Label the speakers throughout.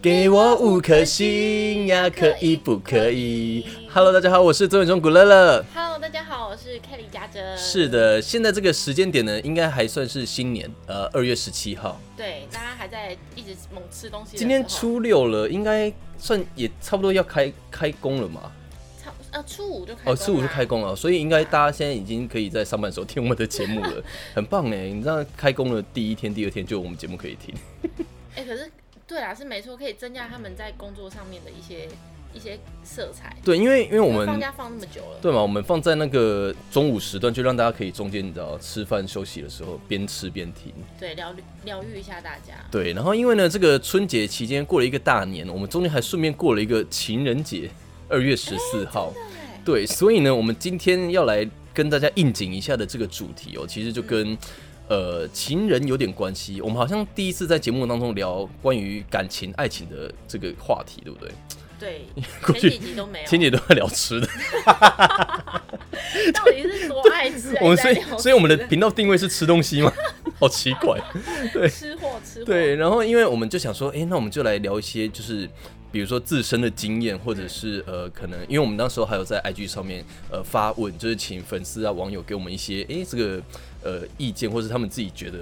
Speaker 1: 给我五颗星呀，可以不可以？Hello，大家好，我是周远忠古乐乐。
Speaker 2: Hello，大家好，我是 Kelly 嘉哲。
Speaker 1: 是，的，现在这个时间点呢，应该还算是新年，呃，二月十七号，
Speaker 2: 对，大家还在一直猛吃东西的时候。
Speaker 1: 今天初六了，应该算也差不多要开开工了嘛。
Speaker 2: 差不多呃初五就开工
Speaker 1: 哦，
Speaker 2: 啦
Speaker 1: 初五就开。工了，所以应该大家现在已经可以在上班的时候听我们的节目 了，很棒哎！你知道开工了第一天、第二天就有我们节目可以听，
Speaker 2: 哎、可是对啦，是没错，可以增加他们在工作上面的一些一些色彩。
Speaker 1: 对，因为因为我
Speaker 2: 因为放
Speaker 1: 们
Speaker 2: 假放那么久了，
Speaker 1: 对嘛，我们放在那个中午时段，就让大家可以中间你知道吃饭休息的时候边吃边听。
Speaker 2: 对，疗愈疗愈一下大家。
Speaker 1: 对，然后因为呢，这个春节期间过了一个大年，我们中间还顺便过了一个情人节，二月十
Speaker 2: 哎
Speaker 1: 四号。
Speaker 2: 对，
Speaker 1: 对，所以呢，我们今天要来跟大家应景一下的这个主题哦，其实就跟、呃情人有点关系。我们好像第一次在节目当中聊关于感情、爱情的这个话题，对不对？过
Speaker 2: 对，
Speaker 1: 去
Speaker 2: 前几集都没有，
Speaker 1: 前几都在聊吃的，
Speaker 2: 到底是多爱吃？
Speaker 1: 我
Speaker 2: 还
Speaker 1: 们所
Speaker 2: 在
Speaker 1: 以
Speaker 2: 聊吃
Speaker 1: 所以我们的频道定位是吃东西吗？ 好奇怪。
Speaker 2: 吃货吃货，
Speaker 1: 对，然后因为我们就想说，诶，那我们就来聊一些，就是比如说自身的经验，或者是呃，可能因为我们那时候还有在 IG 上面呃发问，就是请粉丝啊网友给我们一些诶这个呃意见，或是他们自己觉得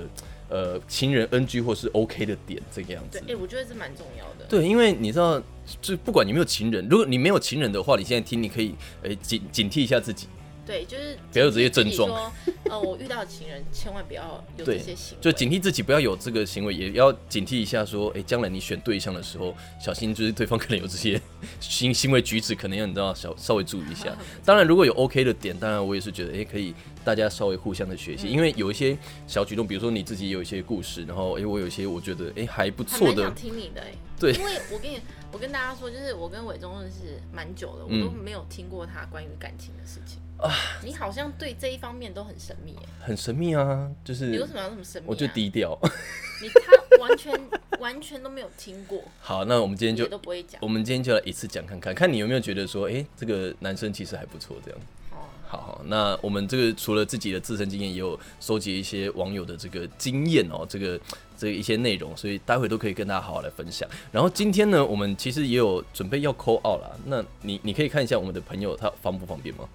Speaker 1: 呃情人 NG 或是 OK 的点这个样
Speaker 2: 对，
Speaker 1: 子
Speaker 2: 哎、。我觉得这蛮重要的。
Speaker 1: 对，因为你知道，就不管你有没有情人，如果你没有情人的话，你现在听，你可以呃诶警警惕一下自己，
Speaker 2: 对，就是
Speaker 1: 不要有这些
Speaker 2: 自己
Speaker 1: 症状
Speaker 2: 说。呃，我遇到的情人千万不要有这
Speaker 1: 对
Speaker 2: 些行为，
Speaker 1: 就警惕自己不要有这个行为，也要警惕一下说，诶，将来你选对象的时候，小心就是对方可能有这些 行行为举止，可能要你知道稍稍微注意一 下。当然，如果有 OK 的点，当然我也是觉得，诶，哎可以大家稍微互相的学
Speaker 2: 嗯
Speaker 1: 习，因为有一些小举动，比如说你自己有一些故事，然后诶，哎我有一些我觉得诶还不
Speaker 2: 还
Speaker 1: 错
Speaker 2: 蛮
Speaker 1: 的
Speaker 2: 想，听你的、欸。
Speaker 1: 对
Speaker 2: 因为我跟你，我跟大家说，就是我跟伟忠认识蛮久了，我
Speaker 1: 嗯
Speaker 2: 都没有听过他关于感情的事情。
Speaker 1: 啊
Speaker 2: 你好像对这一方面都很神秘、欸，
Speaker 1: 很神秘啊，就
Speaker 2: 你为
Speaker 1: 是
Speaker 2: 什么要这么神秘、啊？
Speaker 1: 我就低调。
Speaker 2: 你他完全完全都没有听 过，
Speaker 1: 好，那我们今天
Speaker 2: 也
Speaker 1: 就。
Speaker 2: 都不会讲
Speaker 1: 我。们今天就来一次讲看看，看你有没有觉得说，诶，这个男生其实还不错，这样。
Speaker 2: 好啊，
Speaker 1: 好好，那我们这个除了自己的自身经验，也有收集一些网友的这个经验哦，这个这一些内容，所以待会都可以跟大家好好来分享。然后今天呢，我们其实也有准备要扣 out 啦，那你你可以看一下我们的朋友他方不方便吗？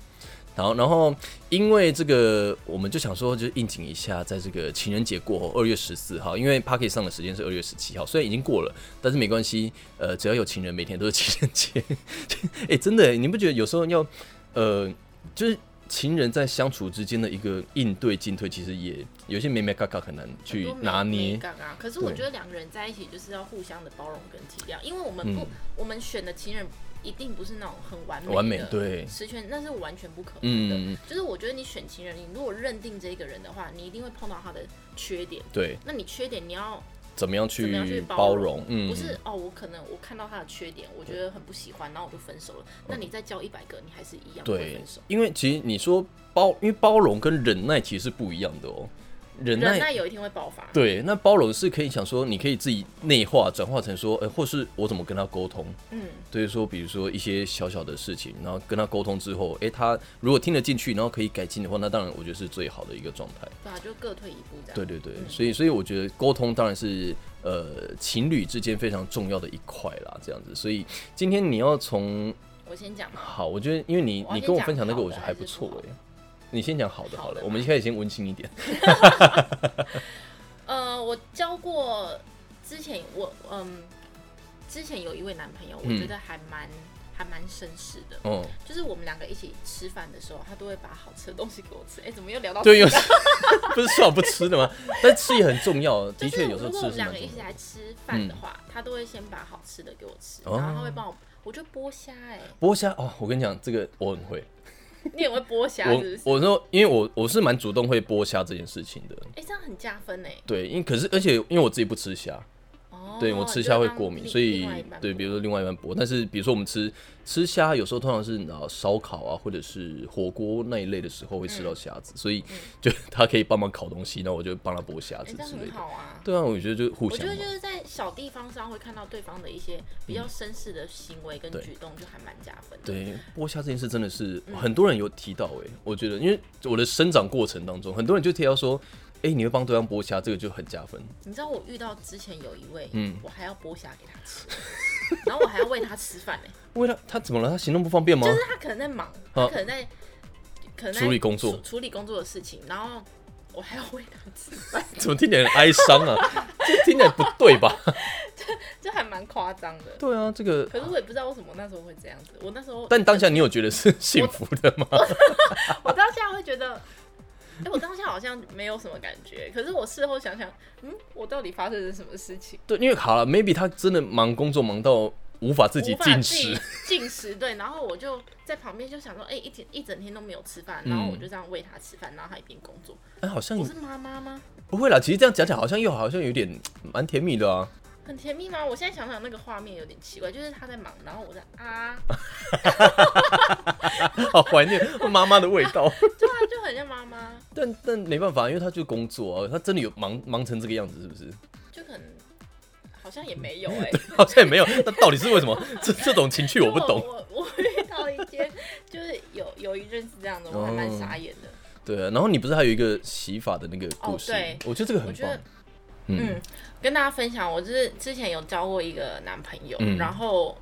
Speaker 1: 然后，然后因为这个，我们就想说，就是应景一下，在这个情人节过后，二月十四号，因为 p a c k e t 上的时间是二月十七号，虽然已经过了，但是没关系，呃，只要有情人，每天都是情人节。 哎、真的耶，你不觉得有时候要，呃，就是情人在相处之间的一个应对进退，其实也有些美美嘎嘎很难
Speaker 2: 哦
Speaker 1: 去拿捏。
Speaker 2: 刚刚，啊可是我觉得两个人在一起就是要互相的包容跟体谅，因为我们不，
Speaker 1: 嗯
Speaker 2: 我们选的情人一定不是那种很完美
Speaker 1: 完美
Speaker 2: 的
Speaker 1: 对
Speaker 2: 十全，那是完全不可能的。
Speaker 1: 嗯，
Speaker 2: 就是我觉得你选情人，你如果认定这一个人的话，你一定会碰到他的缺点。
Speaker 1: 对，
Speaker 2: 那你缺点你要
Speaker 1: 怎么样
Speaker 2: 怎么样去
Speaker 1: 去
Speaker 2: 包
Speaker 1: 包容？嗯，
Speaker 2: 不是哦，我可能我看到他的缺点，我觉得很不喜欢，然后我就分手了。那你再交一百个，你还是一样会
Speaker 1: 哦对
Speaker 2: 分手，。
Speaker 1: 因为其实你说包，因为包容跟忍耐其实是不一样的哦。忍
Speaker 2: 忍
Speaker 1: 耐
Speaker 2: 耐有一天会爆发。
Speaker 1: 对，那包容是可以想说，你可以自己内化，转化成说，呃，或是我怎么跟他沟通。
Speaker 2: 嗯，
Speaker 1: 对，说比如说一些小小的事情，然后跟他沟通之后，诶，他如果听得进去，然后可以改进的话，那当然我觉得是最好的一个状态。
Speaker 2: 对啊，就各退一步这样。
Speaker 1: 对对对，所以所以我觉得沟通当然是呃情侣之间非常重要的一块啦，这样子。所以今天你要从
Speaker 2: 我先讲嘛。
Speaker 1: 好，我觉得因为你
Speaker 2: 我要
Speaker 1: 你
Speaker 2: 先
Speaker 1: 跟我
Speaker 2: 讲
Speaker 1: 分享那个，
Speaker 2: 好
Speaker 1: 我觉
Speaker 2: 的
Speaker 1: 得
Speaker 2: 还
Speaker 1: 还
Speaker 2: 是
Speaker 1: 不
Speaker 2: 不
Speaker 1: 错
Speaker 2: 好的
Speaker 1: 诶。你先讲好的好
Speaker 2: 好
Speaker 1: 了，
Speaker 2: 的
Speaker 1: 我们一开始先温馨一点。
Speaker 2: 呃，我交过之前我嗯，之前有一位男朋友，我
Speaker 1: 嗯
Speaker 2: 觉得还蛮、还蛮绅士的。
Speaker 1: 嗯，
Speaker 2: 就是我们两个一起吃饭的时候，他都会把好吃的东西给我吃。哎、 怎么又聊到
Speaker 1: 对，有时不是说好不吃的吗？但吃也很重要，啊的
Speaker 2: 就是
Speaker 1: 确有时
Speaker 2: 如
Speaker 1: 候
Speaker 2: 果我
Speaker 1: 吃
Speaker 2: 们
Speaker 1: 是
Speaker 2: 两
Speaker 1: 蛮
Speaker 2: 个一
Speaker 1: 重
Speaker 2: 起
Speaker 1: 要的。
Speaker 2: 来吃饭的话，他都会先把好吃的给我吃，
Speaker 1: 哦
Speaker 2: 然后他会帮我，我就剥虾哎，
Speaker 1: 剥虾哦，我跟你讲，这个我很会。
Speaker 2: 你也会剥虾是不是？
Speaker 1: 我我说，因为我我是蛮主动会剥虾这件事情的。
Speaker 2: 哎、这样很加分哎。
Speaker 1: 对，因可是而且因为我自己不吃虾，
Speaker 2: 哦，
Speaker 1: 对我吃虾会过敏，所以
Speaker 2: 对
Speaker 1: 对，比如说另外一半剥，但是比如说我们吃吃虾，有时候通常是拿烧烤啊，或者是火锅那一类的时候会吃
Speaker 2: 嗯
Speaker 1: 到虾子，所以就 他可以帮忙烤东西，那我就帮他剥虾
Speaker 2: 哎、
Speaker 1: 子
Speaker 2: 这样
Speaker 1: 之类
Speaker 2: 很
Speaker 1: 的。
Speaker 2: 好啊。
Speaker 1: 对啊，我觉得就互
Speaker 2: 我觉
Speaker 1: 相
Speaker 2: 得
Speaker 1: 嘛
Speaker 2: 就。是在小地方上会看到对方的一些比较绅士的行为跟
Speaker 1: 对
Speaker 2: 举动，就还蛮加分的。
Speaker 1: 嗯对，剥虾这件事真
Speaker 2: 嗯
Speaker 1: 欸的是很多人有提到哎、我觉得因为我的生长过程当中，很多人就提到说，哎、你会帮对方剥虾，这个就很加分。
Speaker 2: 你知道我遇到之前有一位，
Speaker 1: 嗯
Speaker 2: 我还要剥虾给他吃，然后我还要喂他吃饭呢、欸
Speaker 1: 为了他怎么了？他行动不方便吗？
Speaker 2: 就是他可能在忙，他可能在可能在
Speaker 1: 哦处理工作
Speaker 2: 处处理工作的事情，然后我还要喂他吃饭，
Speaker 1: 怎么听起来很哀伤啊？ 这听起来不对吧？
Speaker 2: 这还蛮夸张的。
Speaker 1: 对啊，这个。
Speaker 2: 可是我也不知道为什么那时候会这样子，我那时候，
Speaker 1: 但当下你有觉得是幸福的吗？
Speaker 2: 我当下会觉得，哎、我当下好像没有什么感觉，可是我事后想想，嗯，我到底发生了什么事情？
Speaker 1: 对，因为好了，maybe 他真的忙工作忙到无法自己
Speaker 2: 无法
Speaker 1: 进
Speaker 2: 自己
Speaker 1: 食。
Speaker 2: 进食对，然后我就在旁边就想说，哎、一天一整天都没有吃饭，
Speaker 1: 嗯
Speaker 2: 然后我就这样喂他吃饭，然后他一边工作。
Speaker 1: 哎、好像
Speaker 2: 我是妈妈吗？
Speaker 1: 不会啦。其实这样讲讲，好像又好像有点蛮甜蜜的啊。
Speaker 2: 很甜蜜吗？我现在想想那个画面有点奇怪，就是他在忙，然后我在啊，
Speaker 1: 好怀念妈妈的味道。
Speaker 2: 对啊，就很像妈妈，
Speaker 1: 但但没办法，因为他就工作啊，他真的有忙忙成这个样子，是不是？
Speaker 2: 就可能好像也没有哎、
Speaker 1: 好像也没有，那到底是为什么？ 这这种情趣我不懂。
Speaker 2: 我我我遇到一间，就是有有一阵是这样的，我还蛮
Speaker 1: 哦
Speaker 2: 傻眼的。
Speaker 1: 对啊，然后你不是还有一个洗发的那个故
Speaker 2: 哦
Speaker 1: 事？
Speaker 2: 对
Speaker 1: 我觉得这个
Speaker 2: 我
Speaker 1: 很
Speaker 2: 觉得
Speaker 1: 棒。嗯
Speaker 2: 嗯，跟大家分享，我就是之前有交过一个男朋友，
Speaker 1: 嗯
Speaker 2: 然后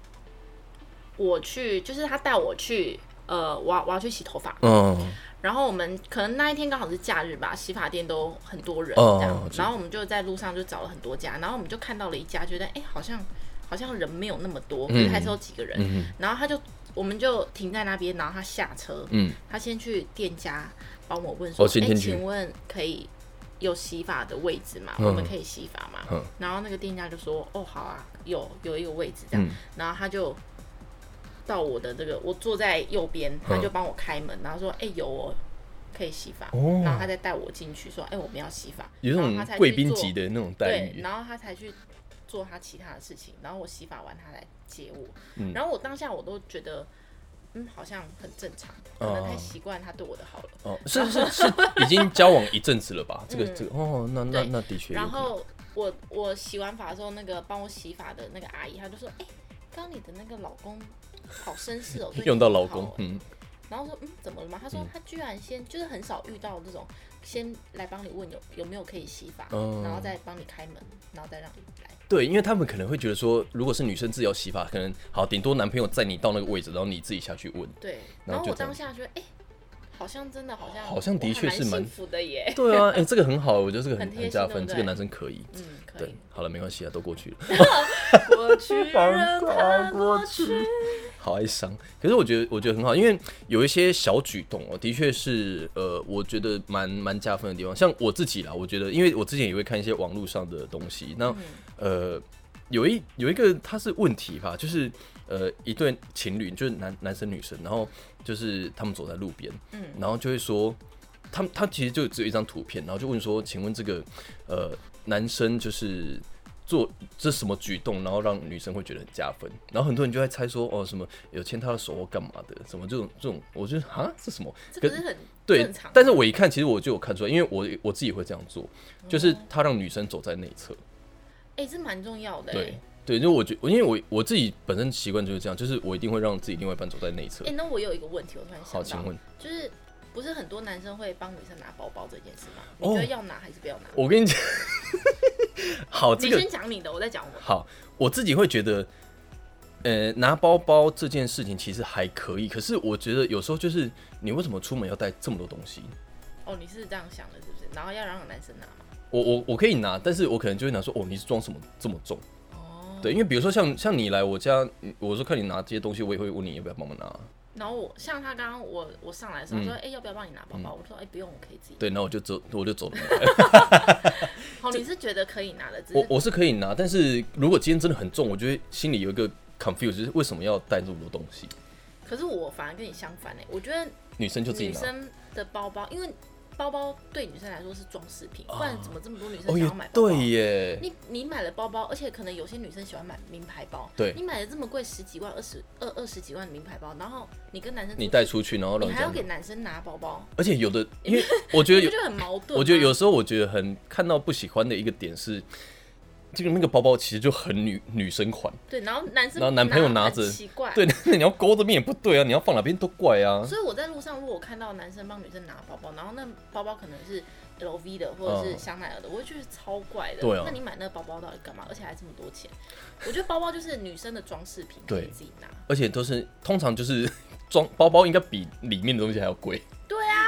Speaker 2: 我去，就是他带我去，呃，我要我要去洗头发，
Speaker 1: 嗯
Speaker 2: 然后我们可能那一天刚好是假日吧，洗发店都很多人
Speaker 1: 哦
Speaker 2: 这样，
Speaker 1: 我知道
Speaker 2: 然后我们就在路上就找了很多家，然后我们就看到了一家，觉得哎、诶好像好像人没有那么多，可是还是有几个人，
Speaker 1: 嗯
Speaker 2: 然后他就我们就停在那边，然后他下车，
Speaker 1: 嗯，
Speaker 2: 他先去店家帮我问说，
Speaker 1: 哦先
Speaker 2: 诶
Speaker 1: 进去
Speaker 2: 请问可以有洗发的位置吗？
Speaker 1: 嗯
Speaker 2: 我们可以洗发吗？
Speaker 1: 嗯
Speaker 2: 然后那个店家就说，哦，好啊，有有一个位置这样，
Speaker 1: 嗯
Speaker 2: 然后他就。到我的这个，我坐在右边，他就帮我开门，然后说：“哎、有哦，可以洗发。
Speaker 1: 哦
Speaker 2: 然后他再带我进去，说：“哎、我们要洗发。”
Speaker 1: 有
Speaker 2: 然后
Speaker 1: 那
Speaker 2: 他才
Speaker 1: 种
Speaker 2: 去
Speaker 1: 贵宾
Speaker 2: 做
Speaker 1: 级的那种待
Speaker 2: 对，
Speaker 1: 遇。
Speaker 2: 然后他才去做他其他的事情，然后我洗发完他来接我，
Speaker 1: 嗯
Speaker 2: 然后我当下我都觉得，嗯，好像很正常，可能太习惯他对我的好了。
Speaker 1: 哦，是是是，已经交往一阵子了吧？这个这个哦，那那
Speaker 2: 嗯对
Speaker 1: 那的确有可能。
Speaker 2: 然后我我洗完发之后，那个帮我洗发的那个阿姨，她就说，哎、刚刚你的那个老公好绅士哦，对你
Speaker 1: 用到
Speaker 2: 很
Speaker 1: 老
Speaker 2: 好
Speaker 1: 公
Speaker 2: 哦，
Speaker 1: 嗯，
Speaker 2: 然后说，嗯，怎么了吗？他说
Speaker 1: 嗯
Speaker 2: 他居然先就是很少遇到这种，先来帮你问有有没有可以洗发，
Speaker 1: 哦
Speaker 2: 然后再帮你开门，然后再让你来。
Speaker 1: 对，因为他们可能会觉得说，如果是女生自己要洗发，可能好顶多男朋友载你到那个位置，然后你自己下去问。
Speaker 2: 对，
Speaker 1: 然
Speaker 2: 然
Speaker 1: 后
Speaker 2: 后
Speaker 1: 就
Speaker 2: 我
Speaker 1: 这
Speaker 2: 当
Speaker 1: 样
Speaker 2: 下觉得，哎、好像真的好像
Speaker 1: 好像的
Speaker 2: 我
Speaker 1: 确
Speaker 2: 还
Speaker 1: 是蛮
Speaker 2: 幸福的耶。
Speaker 1: 对 啊，哎、这个很好，我觉得这个很
Speaker 2: 很贴心
Speaker 1: 很加
Speaker 2: 对不
Speaker 1: 分，这个
Speaker 2: 对
Speaker 1: 男生可以。
Speaker 2: 嗯，可
Speaker 1: 对
Speaker 2: 以。，
Speaker 1: 好了，没关系啊，都过去了，
Speaker 2: 过去让它过去。
Speaker 1: 好哀伤。可是我觉得，我觉得很好，因为有一些小举动哦，的确是呃，我觉得蛮蛮加分的地方。像我自己啦，我觉得，因为我之前也会看一些网络上的东西，那、呃，有一有一个它是问题吧，就是呃，一对情侣，就是男男生女生，然后就是他们走在路边，
Speaker 2: 嗯
Speaker 1: 然后就会说，他们他其实就只有一张图片，然后就问说，请问这个呃男生就是做这什么举动，然后让女生会觉得很加分，然后很多人就在猜说，哦什么有牵她的手或干嘛的，什么这种这种，我觉得啊这什么，
Speaker 2: 这
Speaker 1: 可
Speaker 2: 不是很
Speaker 1: 对
Speaker 2: 正常，啊
Speaker 1: 但是我一看，其实我就有看出来，因为我我自己会这样做，
Speaker 2: 嗯
Speaker 1: 就是他让女生走在内侧，
Speaker 2: 哎、这蛮重要的。
Speaker 1: 对。对，就我觉，因为我我自己本身习惯就是这样，就是我一定会让自己另外一半走在内侧
Speaker 2: 哎、。那我有一个问题，我突然
Speaker 1: 好，
Speaker 2: 想
Speaker 1: 请
Speaker 2: 到，
Speaker 1: 问，
Speaker 2: 就是不是很多男生会帮女生拿包包这件事吗？
Speaker 1: 哦
Speaker 2: 你觉得要拿还是不要拿？
Speaker 1: 我跟你讲， 好，这
Speaker 2: 你
Speaker 1: 个
Speaker 2: 先讲你的，我再讲我。
Speaker 1: 好，我自己会觉得，呃，拿包包这件事情其实还可以，可是我觉得有时候就是你为什么出门要带这么多东西？
Speaker 2: 哦，你是这样想的，是不是？然后要让男生拿吗？
Speaker 1: 我我我可以拿，但是我可能就会拿说，哦，你是装什么这么重？
Speaker 2: 哦，
Speaker 1: 对，因为比如说像像你来我家，你我说看你拿这些东西，我也会问你要不要帮忙拿。
Speaker 2: 然后我像他刚刚我我上来的时候，他说哎、要不要帮你拿包包？我说哎、不用，我可以自己拿。
Speaker 1: 嗯对，然后我就走，我就 走了。
Speaker 2: 哦，你是觉得可以拿的，只
Speaker 1: 我
Speaker 2: 是
Speaker 1: 我是可以拿，但是如果今天真的很重，我就会心里有一个 confuse，就是为什么要带这么多东西？
Speaker 2: 可是我反而跟你相反哎、我觉得
Speaker 1: 女生就自己
Speaker 2: 女
Speaker 1: 拿。
Speaker 2: 生的包包，因为包包对女生来说是装饰品，不然怎么这么多女生
Speaker 1: 哦，
Speaker 2: 想
Speaker 1: 也
Speaker 2: 要买包包？
Speaker 1: 对耶，
Speaker 2: 你你买了包包，而且可能有些女生喜欢买名牌包，
Speaker 1: 对
Speaker 2: 你买了这么贵十几万、二十二二十几万的名牌包，然后你跟男生出
Speaker 1: 你
Speaker 2: 去
Speaker 1: 带出去，然后让
Speaker 2: 你
Speaker 1: 人
Speaker 2: 还
Speaker 1: 家
Speaker 2: 要给男生拿包包，
Speaker 1: 而且有的，因为我觉得
Speaker 2: 你
Speaker 1: 有
Speaker 2: 不，就很矛盾吗？啊
Speaker 1: 我觉得有时候我觉得很看到不喜欢的一个点是，这个那个包包其实就很女女生款，
Speaker 2: 对，然后男生
Speaker 1: 然后男朋友拿
Speaker 2: 很
Speaker 1: 着
Speaker 2: 奇怪，
Speaker 1: 对， 那你要勾这边也不对啊，你要放哪边都怪啊。
Speaker 2: 所以我在路上，如果看到男生帮女生拿包包，然后那包包可能是 LV 的或者是香奈儿的，我就觉得超怪的。
Speaker 1: 嗯对啊
Speaker 2: 那你买那个包包到底干嘛？而且还这么多钱？我觉得包包就是女生的装饰品，可
Speaker 1: 对
Speaker 2: 以自己拿。
Speaker 1: 而且都是通常就是 装包包应该比里面的东西还要贵。
Speaker 2: 对啊，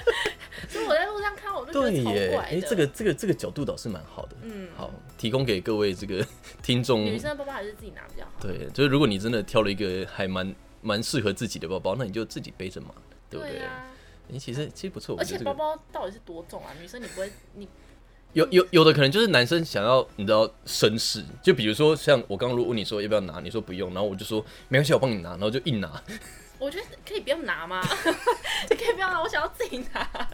Speaker 2: 所以我在路上看，我就觉
Speaker 1: 对
Speaker 2: 得超
Speaker 1: 耶，
Speaker 2: 怪
Speaker 1: 哎、
Speaker 2: 的。
Speaker 1: 这个这个这个角度倒是蛮好的。
Speaker 2: 嗯，
Speaker 1: 好，嗯提供给各位这个听众。
Speaker 2: 女生的包包还是自己拿比较好。
Speaker 1: 对，就是如果你真的挑了一个还蛮蛮适合自己的包包，那你就自己背着嘛，对不对？
Speaker 2: 啊，
Speaker 1: 哎、其实其实不错，我
Speaker 2: 而
Speaker 1: 觉得
Speaker 2: 且
Speaker 1: 这
Speaker 2: 包
Speaker 1: 个
Speaker 2: 包到底是多重啊？女生你不会，你
Speaker 1: 有有有的可能就是男生想要你知道绅士，就比如说像我刚刚如果问你说要不要拿，你说不用，然后我就说没关系，我帮你拿，然后就硬拿，
Speaker 2: 我觉得可以不要拿吗？ 可以不要拿，我想要自己拿。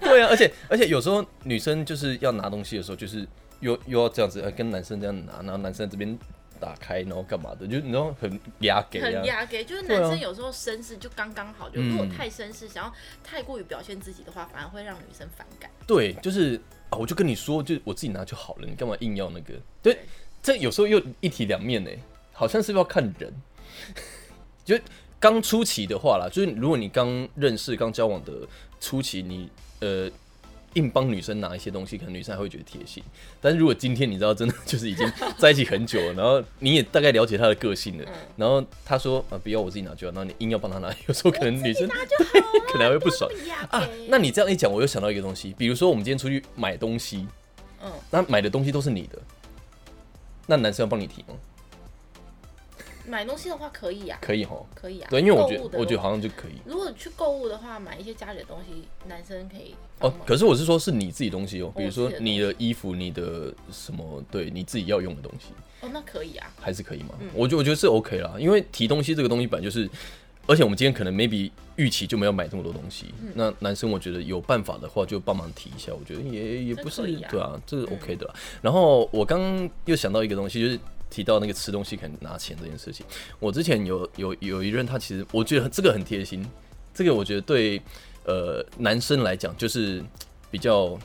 Speaker 1: 对啊，而且而且有时候女生就是要拿东西的时候，就是又又要这样子，呃，跟男生这样拿，然后男生这边打开，然后干嘛的，就你知道很压给
Speaker 2: 很
Speaker 1: 啊。
Speaker 2: 压给，就是
Speaker 1: 对
Speaker 2: 男
Speaker 1: 啊
Speaker 2: 生有时候绅士就刚刚好，就如果
Speaker 1: 嗯
Speaker 2: 太绅士，想要太过于表现自己的话，反而会让女生反感。
Speaker 1: 对，就是啊，我就跟你说，就我自己拿就好了，你干嘛硬要那个？对，这有时候又一体两面呢，欸好像是要看人， 就刚初期的话啦，就是如果你刚认识、刚交往的初期，你呃。硬帮女生拿一些东西，可能女生还会觉得贴心。但是如果今天你知道，真的 就是已经在一起很久了，然后你也大概了解她的个性了，然后她说啊不要我自己拿就好，然后你硬要帮她拿，啊有时候可能女生对可能还会 不爽。
Speaker 2: 啊压
Speaker 1: 啊，那你这样一讲，我又想到一个东西，比如说我们今天出去买东西，
Speaker 2: 嗯，
Speaker 1: 那买的东西都是你的，那男生要帮你提吗？
Speaker 2: 买东西的话可以啊，
Speaker 1: 可以哈，
Speaker 2: 可以啊。
Speaker 1: 对，因为我觉
Speaker 2: 购物
Speaker 1: 得
Speaker 2: 的
Speaker 1: 我觉得
Speaker 2: 话
Speaker 1: 好像就可以
Speaker 2: 如果去购物的话，买一些家里的东西，男生可以
Speaker 1: 哦
Speaker 2: 帮忙。
Speaker 1: 可是我是说是你自己东西哦，比如说
Speaker 2: 我自己的东西
Speaker 1: 你的衣服、你的什么，对你自己要用的东西，
Speaker 2: 哦，那可以啊。
Speaker 1: 还是可以吗？我觉得我觉得是 OK 啦，因为提东西这个东西本来就是。而且我们今天可能
Speaker 2: 嗯
Speaker 1: maybe 预期就没有买这么多东西，那男生我觉得有办法的话就帮忙提一下，我觉得也也
Speaker 2: 这
Speaker 1: 不是
Speaker 2: 可以啊
Speaker 1: 对啊，这是 OK 的啦。然后我刚刚又想到一个东西，就是提到那个吃东西可能拿钱这件事情。我之前有有有一任他其实我觉得这个很贴心，这个我觉得对呃男生来讲就是比较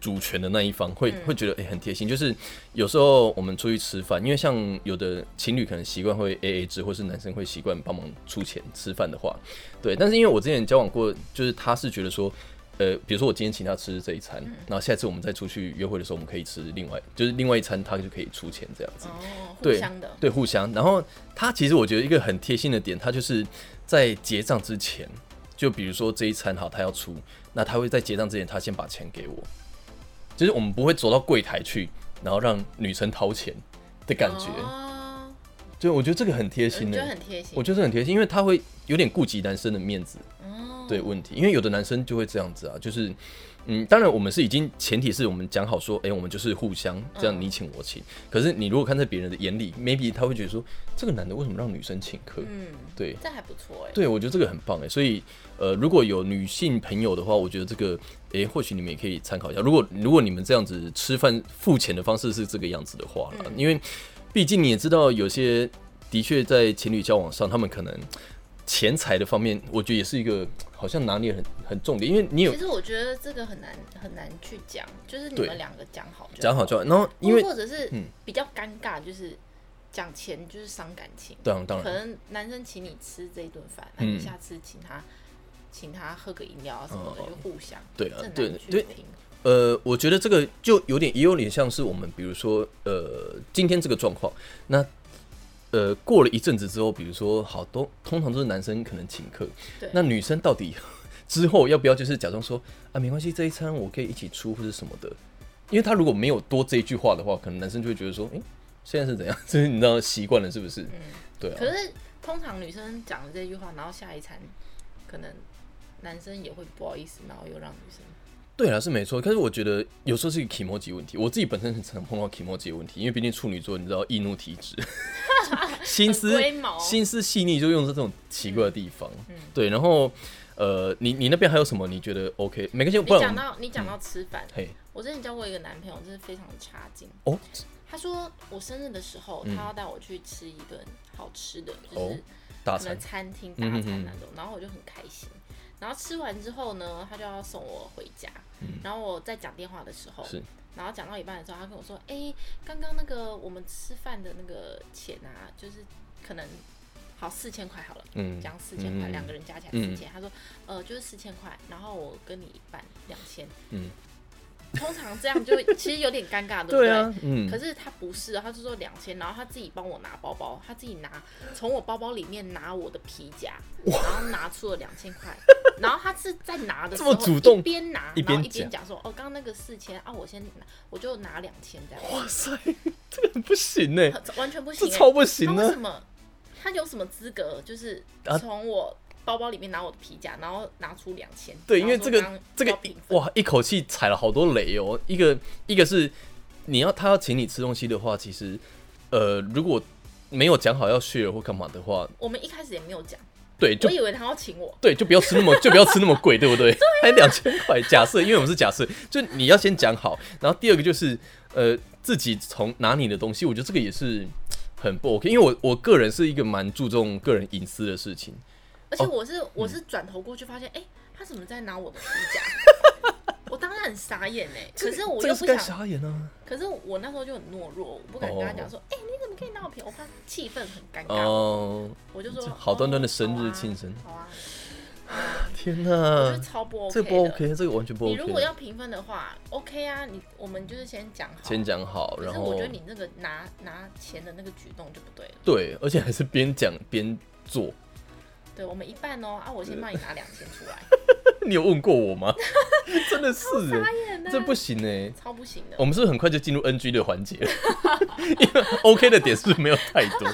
Speaker 1: 主权的那一方会会觉得诶、欸很贴心，就是有时候我们出去吃饭，因为像有的情侣可能习惯会 A A 制，或是男生会习惯帮忙出钱吃饭的话，对。但是因为我之前交往过，就是他是觉得说，呃，比如说我今天请他吃这一餐，然后下次我们再出去约会的时候，我们可以吃另外就是另外一餐，他就可以出钱这样子。
Speaker 2: 哦，互
Speaker 1: 对
Speaker 2: 相的。
Speaker 1: 对，互相。然后他其实我觉得一个很贴心的点，他就是在结账之前，就比如说这一餐好，他要出，那他会在结账之前，他先把钱给我，就是我们不会走到柜台去，然后让女生掏钱的感觉。
Speaker 2: 哦，
Speaker 1: 就我觉得这个很贴
Speaker 2: 我
Speaker 1: 心
Speaker 2: 觉
Speaker 1: 的、
Speaker 2: 得很贴心。
Speaker 1: 我觉得这很贴心，因为他会有点顾及男生的面子。
Speaker 2: 哦，
Speaker 1: 对问题，因为有的男生就会这样子啊，就是，嗯，当然我们是已经前提是我们讲好说，哎、我们就是互相这样
Speaker 2: 嗯
Speaker 1: 你请我请，可是你如果看在别人的眼里，maybe 他会觉得说，这个男的为什么让女生请客？
Speaker 2: 嗯，
Speaker 1: 对
Speaker 2: 这还不错哎。
Speaker 1: 对，我觉得这个很棒哎，所以呃，如果有女性朋友的话，我觉得这个，哎、或许你们也可以参考一下。如果如果你们这样子吃饭付钱的方式是这个样子的话
Speaker 2: 嗯
Speaker 1: 啦，因为毕竟你也知道，有些的确在情侣交往上，他们可能钱财的方面，我觉得也是一个好像拿捏很很重点，因为你有
Speaker 2: 欸其实我觉得这个很难很难去讲，就是你
Speaker 1: 对
Speaker 2: 们两个讲好就
Speaker 1: 讲好就好，然后因
Speaker 2: 或
Speaker 1: 为
Speaker 2: 或者是
Speaker 1: 嗯
Speaker 2: 比较尴尬，就是讲钱就是伤感情。
Speaker 1: 当然当
Speaker 2: 可
Speaker 1: 然，
Speaker 2: 能男生请你吃这一顿饭，那、
Speaker 1: 嗯
Speaker 2: 你下次请他请他喝个饮料啊什么的，
Speaker 1: 哦
Speaker 2: 就互相
Speaker 1: 对啊
Speaker 2: 这很
Speaker 1: 对
Speaker 2: 难去
Speaker 1: 对
Speaker 2: 评
Speaker 1: 呃，我觉得这个就有点也有点像是我们，比如说，呃，今天这个状况，那呃，过了一阵子之后，比如说，好都通常都是男生可能请客
Speaker 2: 对，
Speaker 1: 那女生到底呃之后要不要就是假装说啊，没关系，这一餐我可以一起出或者什么的，因为他如果没有多这一句话的话，可能男生就会觉得说，诶，现在是怎样？ 就是你知道习惯了是不是？对啊，
Speaker 2: 可是通常女生讲了这句话，然后下一餐可能男生也会不好意思，然后又让女生
Speaker 1: 对啊，是没错，可是我觉得有时候是一个 i m o j i 问题。我自己本身很常碰到 i m o j i 问题，因为毕竟处女座，你知道易怒体 质，心思
Speaker 2: 很龟毛嗯
Speaker 1: 心思细腻就用在这种奇怪的地方。对，然后呃，你你那边还有什么？你觉得 OK？没关系，不
Speaker 2: 你
Speaker 1: 然
Speaker 2: 讲
Speaker 1: 我们嗯
Speaker 2: 到你讲到吃饭，
Speaker 1: 嘿
Speaker 2: 我之前交过一个男朋友，真是非常的差劲。
Speaker 1: 哦，
Speaker 2: 他说我生日的时候，他要带我去吃一顿好吃的，就
Speaker 1: 嗯哦
Speaker 2: 是
Speaker 1: 大
Speaker 2: 可能
Speaker 1: 餐
Speaker 2: 餐厅大
Speaker 1: 嗯哼
Speaker 2: 餐
Speaker 1: 哼
Speaker 2: 那种，然后我就很开心。然后吃完之后呢，他就要送我回家。然后我在讲电话的时候，
Speaker 1: 嗯是
Speaker 2: 然后讲到一半的时候，他跟我说：“哎、刚刚那个我们吃饭的那个钱啊，就是可能好四千块好了，
Speaker 1: 嗯
Speaker 2: 讲四千块，
Speaker 1: 嗯
Speaker 2: 两个人加起来
Speaker 1: 嗯
Speaker 2: 四千。他说：“呃，就是四千块，然后我跟你一半，两千。”
Speaker 1: 嗯，
Speaker 2: 通常这样就 会其实有点尴尬，对不
Speaker 1: 对啊，
Speaker 2: 可
Speaker 1: 嗯，
Speaker 2: 是他不是哦，他就说两千，然后他自己帮我拿包包，他自己拿从我包包里面拿我的皮夹，然后拿出了两千 块，然后他是在拿的时候
Speaker 1: 这么主动
Speaker 2: 一边拿，
Speaker 1: 一
Speaker 2: 然后
Speaker 1: 边
Speaker 2: 一边讲说哦，刚刚那个四千啊，我先拿，我就拿两千这样，
Speaker 1: 哇塞， 这个很不行呢，
Speaker 2: 完全不
Speaker 1: 这
Speaker 2: 行欸、
Speaker 1: 超不行啊
Speaker 2: 他为什
Speaker 1: 呢，
Speaker 2: 么？他有什么资格就是
Speaker 1: 啊
Speaker 2: 从我包包里面拿我的皮夹，然后拿出两千？
Speaker 1: 对，因
Speaker 2: 然
Speaker 1: 为
Speaker 2: 后
Speaker 1: 这
Speaker 2: 说
Speaker 1: 个
Speaker 2: 刚
Speaker 1: 这个
Speaker 2: 要平分
Speaker 1: 哇，一口气踩了好多雷哦，一个一个是你要他要请你吃东西的话，其实呃如果没有讲好要 share 或干嘛的话，
Speaker 2: 我们一开始也没有讲，
Speaker 1: 对，就
Speaker 2: 我以为他要请我，
Speaker 1: 对，就不要吃那么，就不要吃那么贵，对不 对？
Speaker 2: 啊
Speaker 1: 还两千块，假设，因为我们是假设，就你要先讲好。然后第二个就是，呃，自己从拿你的东西，我觉得这个也是很不 OK，因为我我个人是一个蛮注重个人隐私的事情。
Speaker 2: 而且
Speaker 1: 哦
Speaker 2: 我是、我是转头过去发现，哎、他怎么在拿我的皮夹？ 我当然很傻眼哎、可是我
Speaker 1: 这
Speaker 2: 又
Speaker 1: 个
Speaker 2: 不
Speaker 1: 是该
Speaker 2: 想，
Speaker 1: 傻眼啊！
Speaker 2: 可是我那时候就很懦弱，我不敢跟他讲说，哎、你怎么可以拿我皮？我怕气氛很尴尬，
Speaker 1: 哦，
Speaker 2: 我就说
Speaker 1: 这好端端的生日
Speaker 2: 哦
Speaker 1: 庆生
Speaker 2: 好啊，好啊我
Speaker 1: 天哪
Speaker 2: 觉得，超不 OK，
Speaker 1: 这个不
Speaker 2: 的
Speaker 1: OK，这个完全不
Speaker 2: 你如果
Speaker 1: OK。
Speaker 2: 要评分的话，OK 啊，你我们就是先讲好，
Speaker 1: 先讲好，
Speaker 2: 可
Speaker 1: 然
Speaker 2: 是
Speaker 1: 后
Speaker 2: 我觉得你那个拿拿钱的那个举动就不对了。
Speaker 1: 对，而且还是边讲边做。
Speaker 2: 对，我们一半哦，啊，我先帮你拿两千出来，
Speaker 1: 你有问过我吗？ 真的是欸，这不行哎、
Speaker 2: 超不行的
Speaker 1: 我。们是不是很快就进入 NG 的环节 了？因为 OK 的点是不是没有太多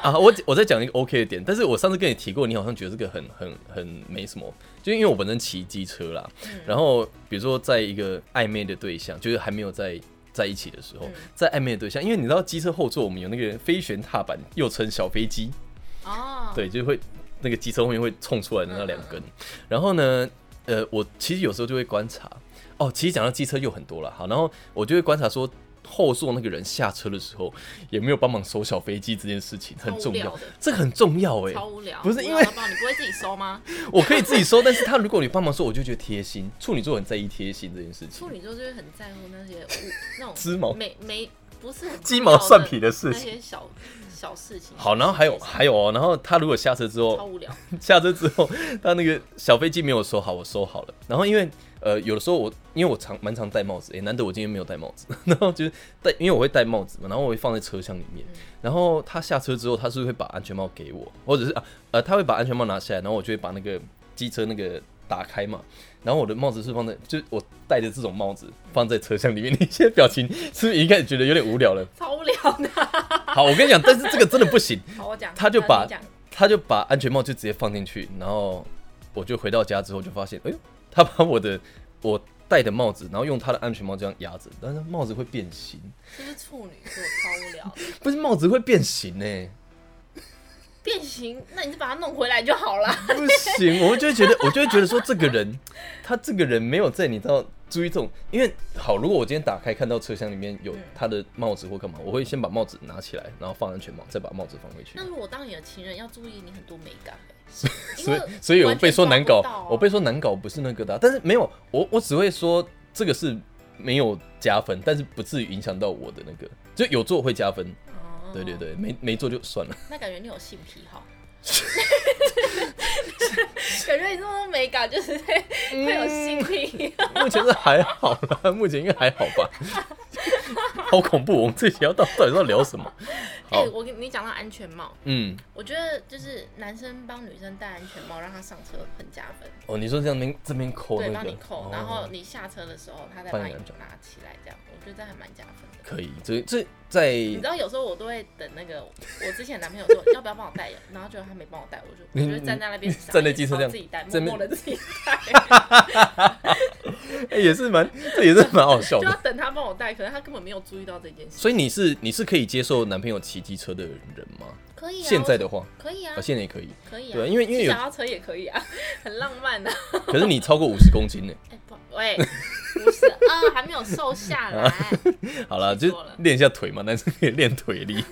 Speaker 1: 啊？我我再讲一个 OK 的点，但是我上次跟你提过，你好像觉得这个很很很没什么，就因为我本身骑机车啦。
Speaker 2: 嗯
Speaker 1: 然后比如说在一个暧昧的对象，就是还没有在在一起的时候
Speaker 2: 嗯，
Speaker 1: 在暧昧的对象，因为你知道机车后座我们有那个飞旋踏板，又称小飞机，
Speaker 2: 哦，
Speaker 1: 对，就会那个机车后面会冲出来的那两
Speaker 2: 嗯
Speaker 1: 根。然后呢，呃，我其实有时候就会观察，哦，其实讲到机车又很多了，好，然后我就会观察说。后座那个人下车的时候也没有帮忙收小飞机这件事情很重
Speaker 2: 超
Speaker 1: 要
Speaker 2: 无聊的，
Speaker 1: 这个很重要哎、
Speaker 2: 超无聊。
Speaker 1: 不是
Speaker 2: 无
Speaker 1: 因
Speaker 2: 聊
Speaker 1: 为
Speaker 2: 到爆你不会自己收吗？
Speaker 1: 我可以自己收，但是他如果你帮忙收，我就觉得贴心。处女座很在意贴心这件事情
Speaker 2: 处，女座就是很在乎那些物那种
Speaker 1: 织毛
Speaker 2: 没没不是很
Speaker 1: 鸡毛蒜皮的事
Speaker 2: 那
Speaker 1: 情
Speaker 2: 些小小事情。
Speaker 1: 好，然后还有还有哦，然后他如果下车之后
Speaker 2: 超无聊，
Speaker 1: 下车之后，他那个小飞机没有收好，我收好了。然后因为呃，有的时候我因为我常蛮常戴帽子，诶，难得我今天没有戴帽子， 然后就是戴，因为我会戴帽子嘛，然后我会放在车厢里面。然后呃他下车之后，他是会把安全帽给我，或者是啊呃，他会把安全帽拿下来，然后我就会把那个机车那个打开嘛。然后我的帽子是放在，就是我戴着这种帽子放在车厢里面。你现在表情是不是一开始觉得有点无聊了？
Speaker 2: 超无聊的。
Speaker 1: 好，我跟你讲，但是这个真的不行。
Speaker 2: 好，我讲，
Speaker 1: 他就把
Speaker 2: 你讲
Speaker 1: 他就把安全帽就直接放进去，然后我就回到家之后就发现，哎呦，他把我的我戴的帽子，然后用他的安全帽这样压着，但是帽子会变形，
Speaker 2: 是不是处女座超无聊的？
Speaker 1: 不是帽子会变形呢、欸
Speaker 2: 变形，那你就把它弄回来就好了。
Speaker 1: 不行，我就会觉得，我就会觉得说，这个人，他这个人没有在你知道注意这种，因为好，如果我今天打开看到车厢里面有他的帽子或干嘛，我会先把帽子拿起来，然后放安全帽，再把帽子放回去
Speaker 2: 那。如果当你的情人，要注意你很多美感欸。因
Speaker 1: 所以
Speaker 2: 为
Speaker 1: 所以我
Speaker 2: 完全
Speaker 1: 被说难
Speaker 2: 抓
Speaker 1: 搞
Speaker 2: 不到啊，
Speaker 1: 我被说难搞不是那个的啊、但是没有我我只会说这个是没有加分，但是不至于影响到我的那个，就有做会加分，
Speaker 2: 哦
Speaker 1: 对对，对，没没做就算了。
Speaker 2: 那感觉你有性癖好。感觉你这么多美感，就是会会有性癖。
Speaker 1: 目前是还好啦，目前应该还好吧。 好恐怖，我们这集要到到底要聊什么？
Speaker 2: 哎、
Speaker 1: 好，
Speaker 2: 我跟你讲到安全帽，
Speaker 1: 嗯，
Speaker 2: 我觉得就是男生帮女生戴安全帽，让她上车很加分，
Speaker 1: 哦，你说这样边这边扣那
Speaker 2: 对，
Speaker 1: 个，
Speaker 2: 帮你扣，
Speaker 1: 哦
Speaker 2: 然后你下车的时候，他再
Speaker 1: 帮
Speaker 2: 帮
Speaker 1: 你
Speaker 2: 你
Speaker 1: 安全
Speaker 2: 拿起来，这样我觉得这还蛮加分的。
Speaker 1: 可以，这这在
Speaker 2: 你知道有时候我都会等那个我之前男朋友说要不要帮我戴，然后结果他没帮我戴，我就
Speaker 1: 你
Speaker 2: 我就站在那边
Speaker 1: 站在机车这
Speaker 2: 然
Speaker 1: 样
Speaker 2: 后自己戴，
Speaker 1: 在
Speaker 2: 默默
Speaker 1: 那边
Speaker 2: 的自己 戴，
Speaker 1: 哎、也是蛮这也是蛮好笑
Speaker 2: 就要
Speaker 1: 的。
Speaker 2: 等他帮我戴，可能他根本没有注意到这件事。
Speaker 1: 所以你是你是可以接受男朋友骑机车的人吗？
Speaker 2: 可以啊，
Speaker 1: 现在的话，
Speaker 2: 可以啊
Speaker 1: 啊，，现在也可以。
Speaker 2: 可以啊，
Speaker 1: 对因为因为有
Speaker 2: 骑脚踏车也可以啊， 很浪漫的、啊。
Speaker 1: 可是你超过五十公斤呢、
Speaker 2: 哎、不，喂，不是啊，还没有瘦
Speaker 1: 啊
Speaker 2: 下来。
Speaker 1: 好了，
Speaker 2: 太
Speaker 1: 就
Speaker 2: 多了
Speaker 1: 练一下腿嘛，男生可以练腿力。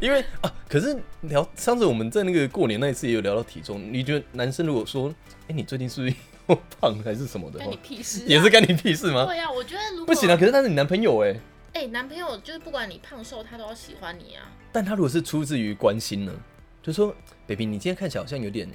Speaker 1: 因为啊，可是聊上次我们在那个过年那一次也有聊到体重，你觉得男生如果说，哎、你最近是不 是又胖还是什么的
Speaker 2: 干
Speaker 1: 话
Speaker 2: 你，屁事、啊，
Speaker 1: 也是干你屁事吗？
Speaker 2: 对啊，我觉得如果
Speaker 1: 不行啊，可是他是你男朋友哎、
Speaker 2: 哎、男朋友就是不管你胖瘦，他都要喜欢你啊。
Speaker 1: 但他如果是出自于关心呢，就说 baby，你今天看起来好像有点，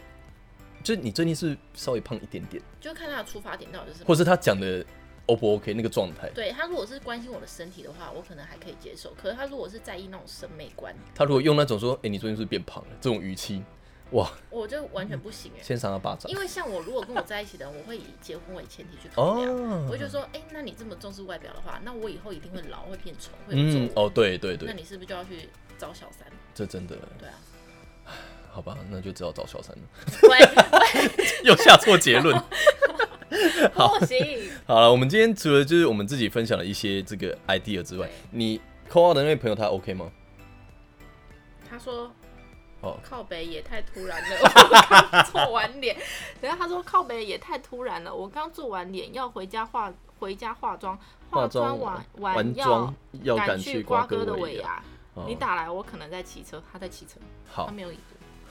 Speaker 1: 就是你最近是稍微胖一点点，
Speaker 2: 就看他的出发点到底是什么。
Speaker 1: 或是他讲的 O 不 OK 那个状态，
Speaker 2: 对他如果是关心我的身体的话，我可能还可以接受。可是他如果是在意那种审美观，
Speaker 1: 他如果用那种说，哎、你最近是不是变胖了这种语气，哇，
Speaker 2: 我就完全不行哎、
Speaker 1: 先赏他巴掌
Speaker 2: 因为像我如果跟我在一起的人，我会以结婚为前提去考量。
Speaker 1: 哦
Speaker 2: 我，就说，哎、那你这么重视外表的话，那我以后一定会老，会变丑，会有皱
Speaker 1: 嗯
Speaker 2: 纹。，
Speaker 1: 哦，对对
Speaker 2: 那
Speaker 1: 对，
Speaker 2: 你是不是就要去找小 三？
Speaker 1: 这真的。
Speaker 2: 对啊，
Speaker 1: 好吧，那就只好找小三了。
Speaker 2: 喂，
Speaker 1: 又下错结 论。
Speaker 2: 不行，
Speaker 1: 好了，我们今天除了就是我们自己分享了一些这个 idea 之外
Speaker 2: 对，
Speaker 1: 你扣二的那位朋友他 OK 吗？
Speaker 2: 他说
Speaker 1: 哦，
Speaker 2: 靠北也太突然了， 我刚做完脸。等一下他说靠北也太突然了，我刚做完脸要回家化回家化妆，化妆完
Speaker 1: 完
Speaker 2: 完要
Speaker 1: 妆要
Speaker 2: 赶
Speaker 1: 赶
Speaker 2: 去
Speaker 1: 去
Speaker 2: 瓜
Speaker 1: 哥
Speaker 2: 哥的
Speaker 1: 尾
Speaker 2: 尾
Speaker 1: 牙。
Speaker 2: 牙。
Speaker 1: 哦
Speaker 2: 你打来，我可能在骑车，他在骑车，他
Speaker 1: 好
Speaker 2: 没有已读，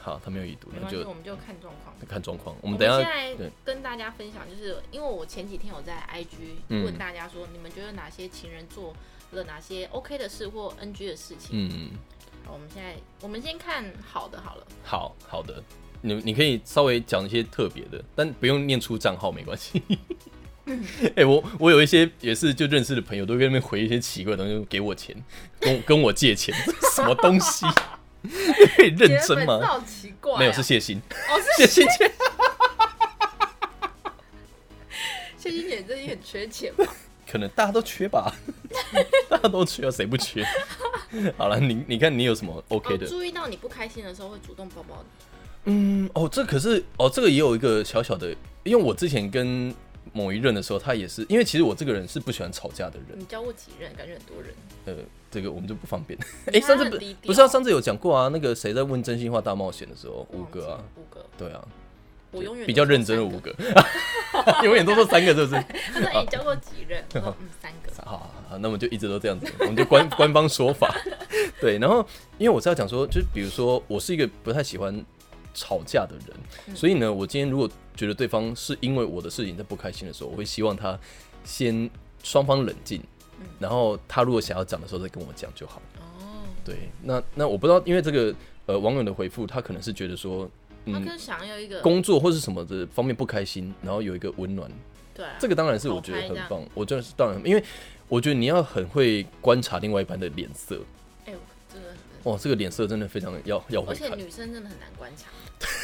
Speaker 1: 好，他没有已读，
Speaker 2: 没
Speaker 1: 那
Speaker 2: 关系，
Speaker 1: 就
Speaker 2: 我们就看状况。
Speaker 1: 看状况。我
Speaker 2: 我
Speaker 1: 们
Speaker 2: 们
Speaker 1: 等一
Speaker 2: 现
Speaker 1: 下
Speaker 2: 在
Speaker 1: 对
Speaker 2: 跟大家分享，就是因为我前几天有在 IG
Speaker 1: 嗯
Speaker 2: 问大家说，你们觉得哪些情人做了哪些 OK 的事或 NG 的事情？
Speaker 1: 嗯，
Speaker 2: 好我们现在我们先看好的 好了。
Speaker 1: 好好的，你你可以稍微讲一些特别的，但不用念出账号没关系。 哎、我我有一些也是就认识的朋友，都跟那边回一些奇怪的东西，给我钱，跟跟我借钱， 这是什么东西？ 你可以认真
Speaker 2: 你的粉丝
Speaker 1: 吗？
Speaker 2: 好奇怪啊、
Speaker 1: 没有，是谢欣，
Speaker 2: 哦，是
Speaker 1: 谢欣姐。
Speaker 2: 谢欣姐最近很缺钱 吧？
Speaker 1: 可能大家都缺吧， 大家都缺啊，谁不缺？ 好了，你你看你有什么 OK
Speaker 2: 哦
Speaker 1: 的？
Speaker 2: 注意到你不开心的时候会主动抱抱你。
Speaker 1: 嗯，哦，这可是哦，这个也有一个小小的，因为我之前跟某一任的时候，他也是，因为其实我这个人是不喜欢吵架的人，
Speaker 2: 你交过几任？感觉很多人。
Speaker 1: 呃，这个我们就不方便。哎、
Speaker 2: 你
Speaker 1: 上
Speaker 2: 看
Speaker 1: 次
Speaker 2: 他
Speaker 1: 不
Speaker 2: 很低调
Speaker 1: 不是啊，上次有讲过啊，那个谁在问真心话大冒险的时候，五个
Speaker 2: 忘
Speaker 1: 啊
Speaker 2: 记，了五个。
Speaker 1: 对啊，
Speaker 2: 我永远
Speaker 1: 比较认真的五。个， 永远都说三个是不是？
Speaker 2: 他说：“哎、你交过几 任？”我说：“嗯，三个。
Speaker 1: 好好，好那我们就一直都这样子，我们就官 官方说法。对，然后因为我是要讲说，就是比如说我是一个不太喜欢吵架的人，所以呢，我今天如果觉得对方是因为我的事情在不开心的时候，我会希望他先双方冷静，然后他如果想要讲的时候再跟我讲就好。”
Speaker 2: 哦，
Speaker 1: 对，那那我不知道，因为这个呃网友的回复，他可能是觉得说，
Speaker 2: 他
Speaker 1: 嗯，
Speaker 2: 更想要一个
Speaker 1: 工作或是什么的方面不开心，然后有一个温暖，
Speaker 2: 对、啊、
Speaker 1: 这个当然是我觉得很棒，我真的是当然，因为我觉得你要很会观察另外一半的脸色，
Speaker 2: 哎、我真的很认真。
Speaker 1: 哇，这个脸色真的非常要要
Speaker 2: 而
Speaker 1: 会
Speaker 2: 且
Speaker 1: 看。
Speaker 2: 女生真的很难观察，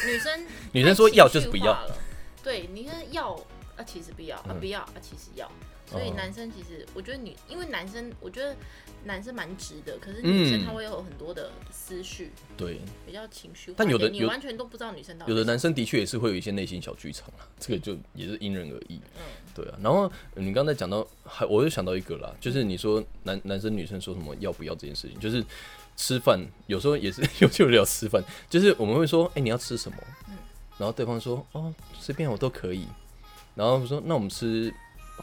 Speaker 2: 女生
Speaker 1: 女生说要就是不要嗯
Speaker 2: 太情绪化了，对，女生要啊，其实不要啊，不要啊，其实要。所以
Speaker 1: 哦
Speaker 2: 男生其实，我觉得女，因为男生，我觉得男生蛮直的，可是
Speaker 1: 嗯
Speaker 2: 女生她会有很多的思绪，
Speaker 1: 对，
Speaker 2: 比较情绪化。
Speaker 1: 但有的
Speaker 2: 而且你
Speaker 1: 有
Speaker 2: 完全都不知道女生到底
Speaker 1: 有的男生的确也是会有一些内心小剧场啊，这个就也是因人而异。
Speaker 2: 嗯
Speaker 1: 对啊，然后呃你刚才讲到，还我又想到一个啦，就是你说男男生女生说什么要不要这件事情，就是吃饭有时候也是 有就聊吃饭，就是我们会说，哎、你要吃什么？
Speaker 2: 嗯
Speaker 1: 然后对方说，哦，随便我都可以。然后我说，那我们吃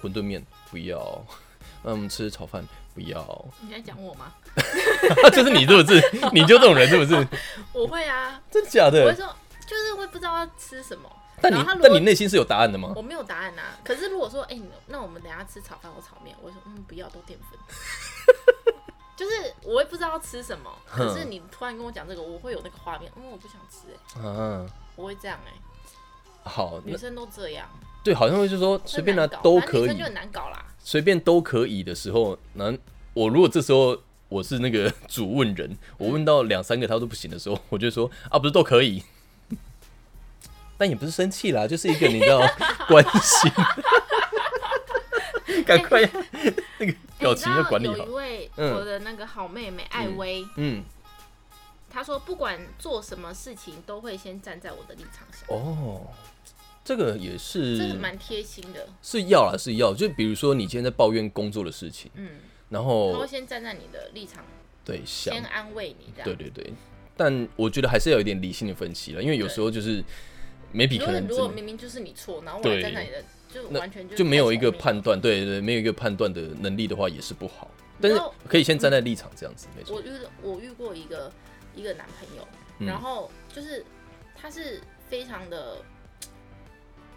Speaker 1: 馄饨面不要，那我们吃炒饭不要，
Speaker 2: 你在讲我吗？
Speaker 1: 就是你是不是？你就这种人是不是？
Speaker 2: 我会啊，
Speaker 1: 真的假
Speaker 2: 我会
Speaker 1: 的？
Speaker 2: 说，就是会不知道要吃什么。
Speaker 1: 但
Speaker 2: 然
Speaker 1: 你
Speaker 2: 后他如
Speaker 1: 但你
Speaker 2: 果
Speaker 1: 内心是有答案的吗？
Speaker 2: 我没有答案啊，可是如果说，哎、你那我们等一下吃炒饭或炒面，我会说，嗯，不要，都淀粉。 就是我也不知道要吃什么，可是你突然跟我讲这个，我会有那个画面，嗯，我不想吃、哎，
Speaker 1: 啊，
Speaker 2: 我会这样、哎，
Speaker 1: 好，
Speaker 2: 女
Speaker 1: 那
Speaker 2: 生都这样，
Speaker 1: 对，好像会是说随便
Speaker 2: 很
Speaker 1: 拿
Speaker 2: 难搞
Speaker 1: 都
Speaker 2: 反正
Speaker 1: 可
Speaker 2: 女生
Speaker 1: 以
Speaker 2: 就。很难搞啦。
Speaker 1: 随便都可以的时候，那我如果这时候我是那个 主问人，我问到两三个他都不行的时候， 我就说啊，不是都可以， 但也不是生气啦，就是一个你知道关心， 赶快 那个
Speaker 2: 哎
Speaker 1: 表情要管理
Speaker 2: 你知道
Speaker 1: 好
Speaker 2: 有一。位
Speaker 1: 嗯
Speaker 2: 我的那个好妹妹艾薇，
Speaker 1: 嗯，
Speaker 2: 她说不管做什么事情都会先站在我的立场想，
Speaker 1: 哦，这个也
Speaker 2: 这
Speaker 1: 是
Speaker 2: 蛮贴心的。
Speaker 1: 是要啦，是要，就比如说你今天在抱怨工作的事情，
Speaker 2: 嗯，
Speaker 1: 然
Speaker 2: 她会
Speaker 1: 后
Speaker 2: 先站在你的立场，
Speaker 1: 对哦想
Speaker 2: 先安慰你这样。
Speaker 1: 对对对，但我觉得还是要有一点理性的分析了，因为有时候就是眉笔
Speaker 2: 如
Speaker 1: 可
Speaker 2: 果
Speaker 1: 能
Speaker 2: 如
Speaker 1: 真
Speaker 2: 果
Speaker 1: 的
Speaker 2: 明明就是你错，然后我
Speaker 1: 对
Speaker 2: 还站在你的，就
Speaker 1: 那
Speaker 2: 完全就
Speaker 1: 就没有一个
Speaker 2: 太聪明
Speaker 1: 判断，对对，没有一个判断的能力的话也是不好。但是
Speaker 2: 然后
Speaker 1: 可以先站在立场这样子，没错
Speaker 2: 我。遇我遇过一个一个男朋友，
Speaker 1: 嗯
Speaker 2: 然后就是他是非常的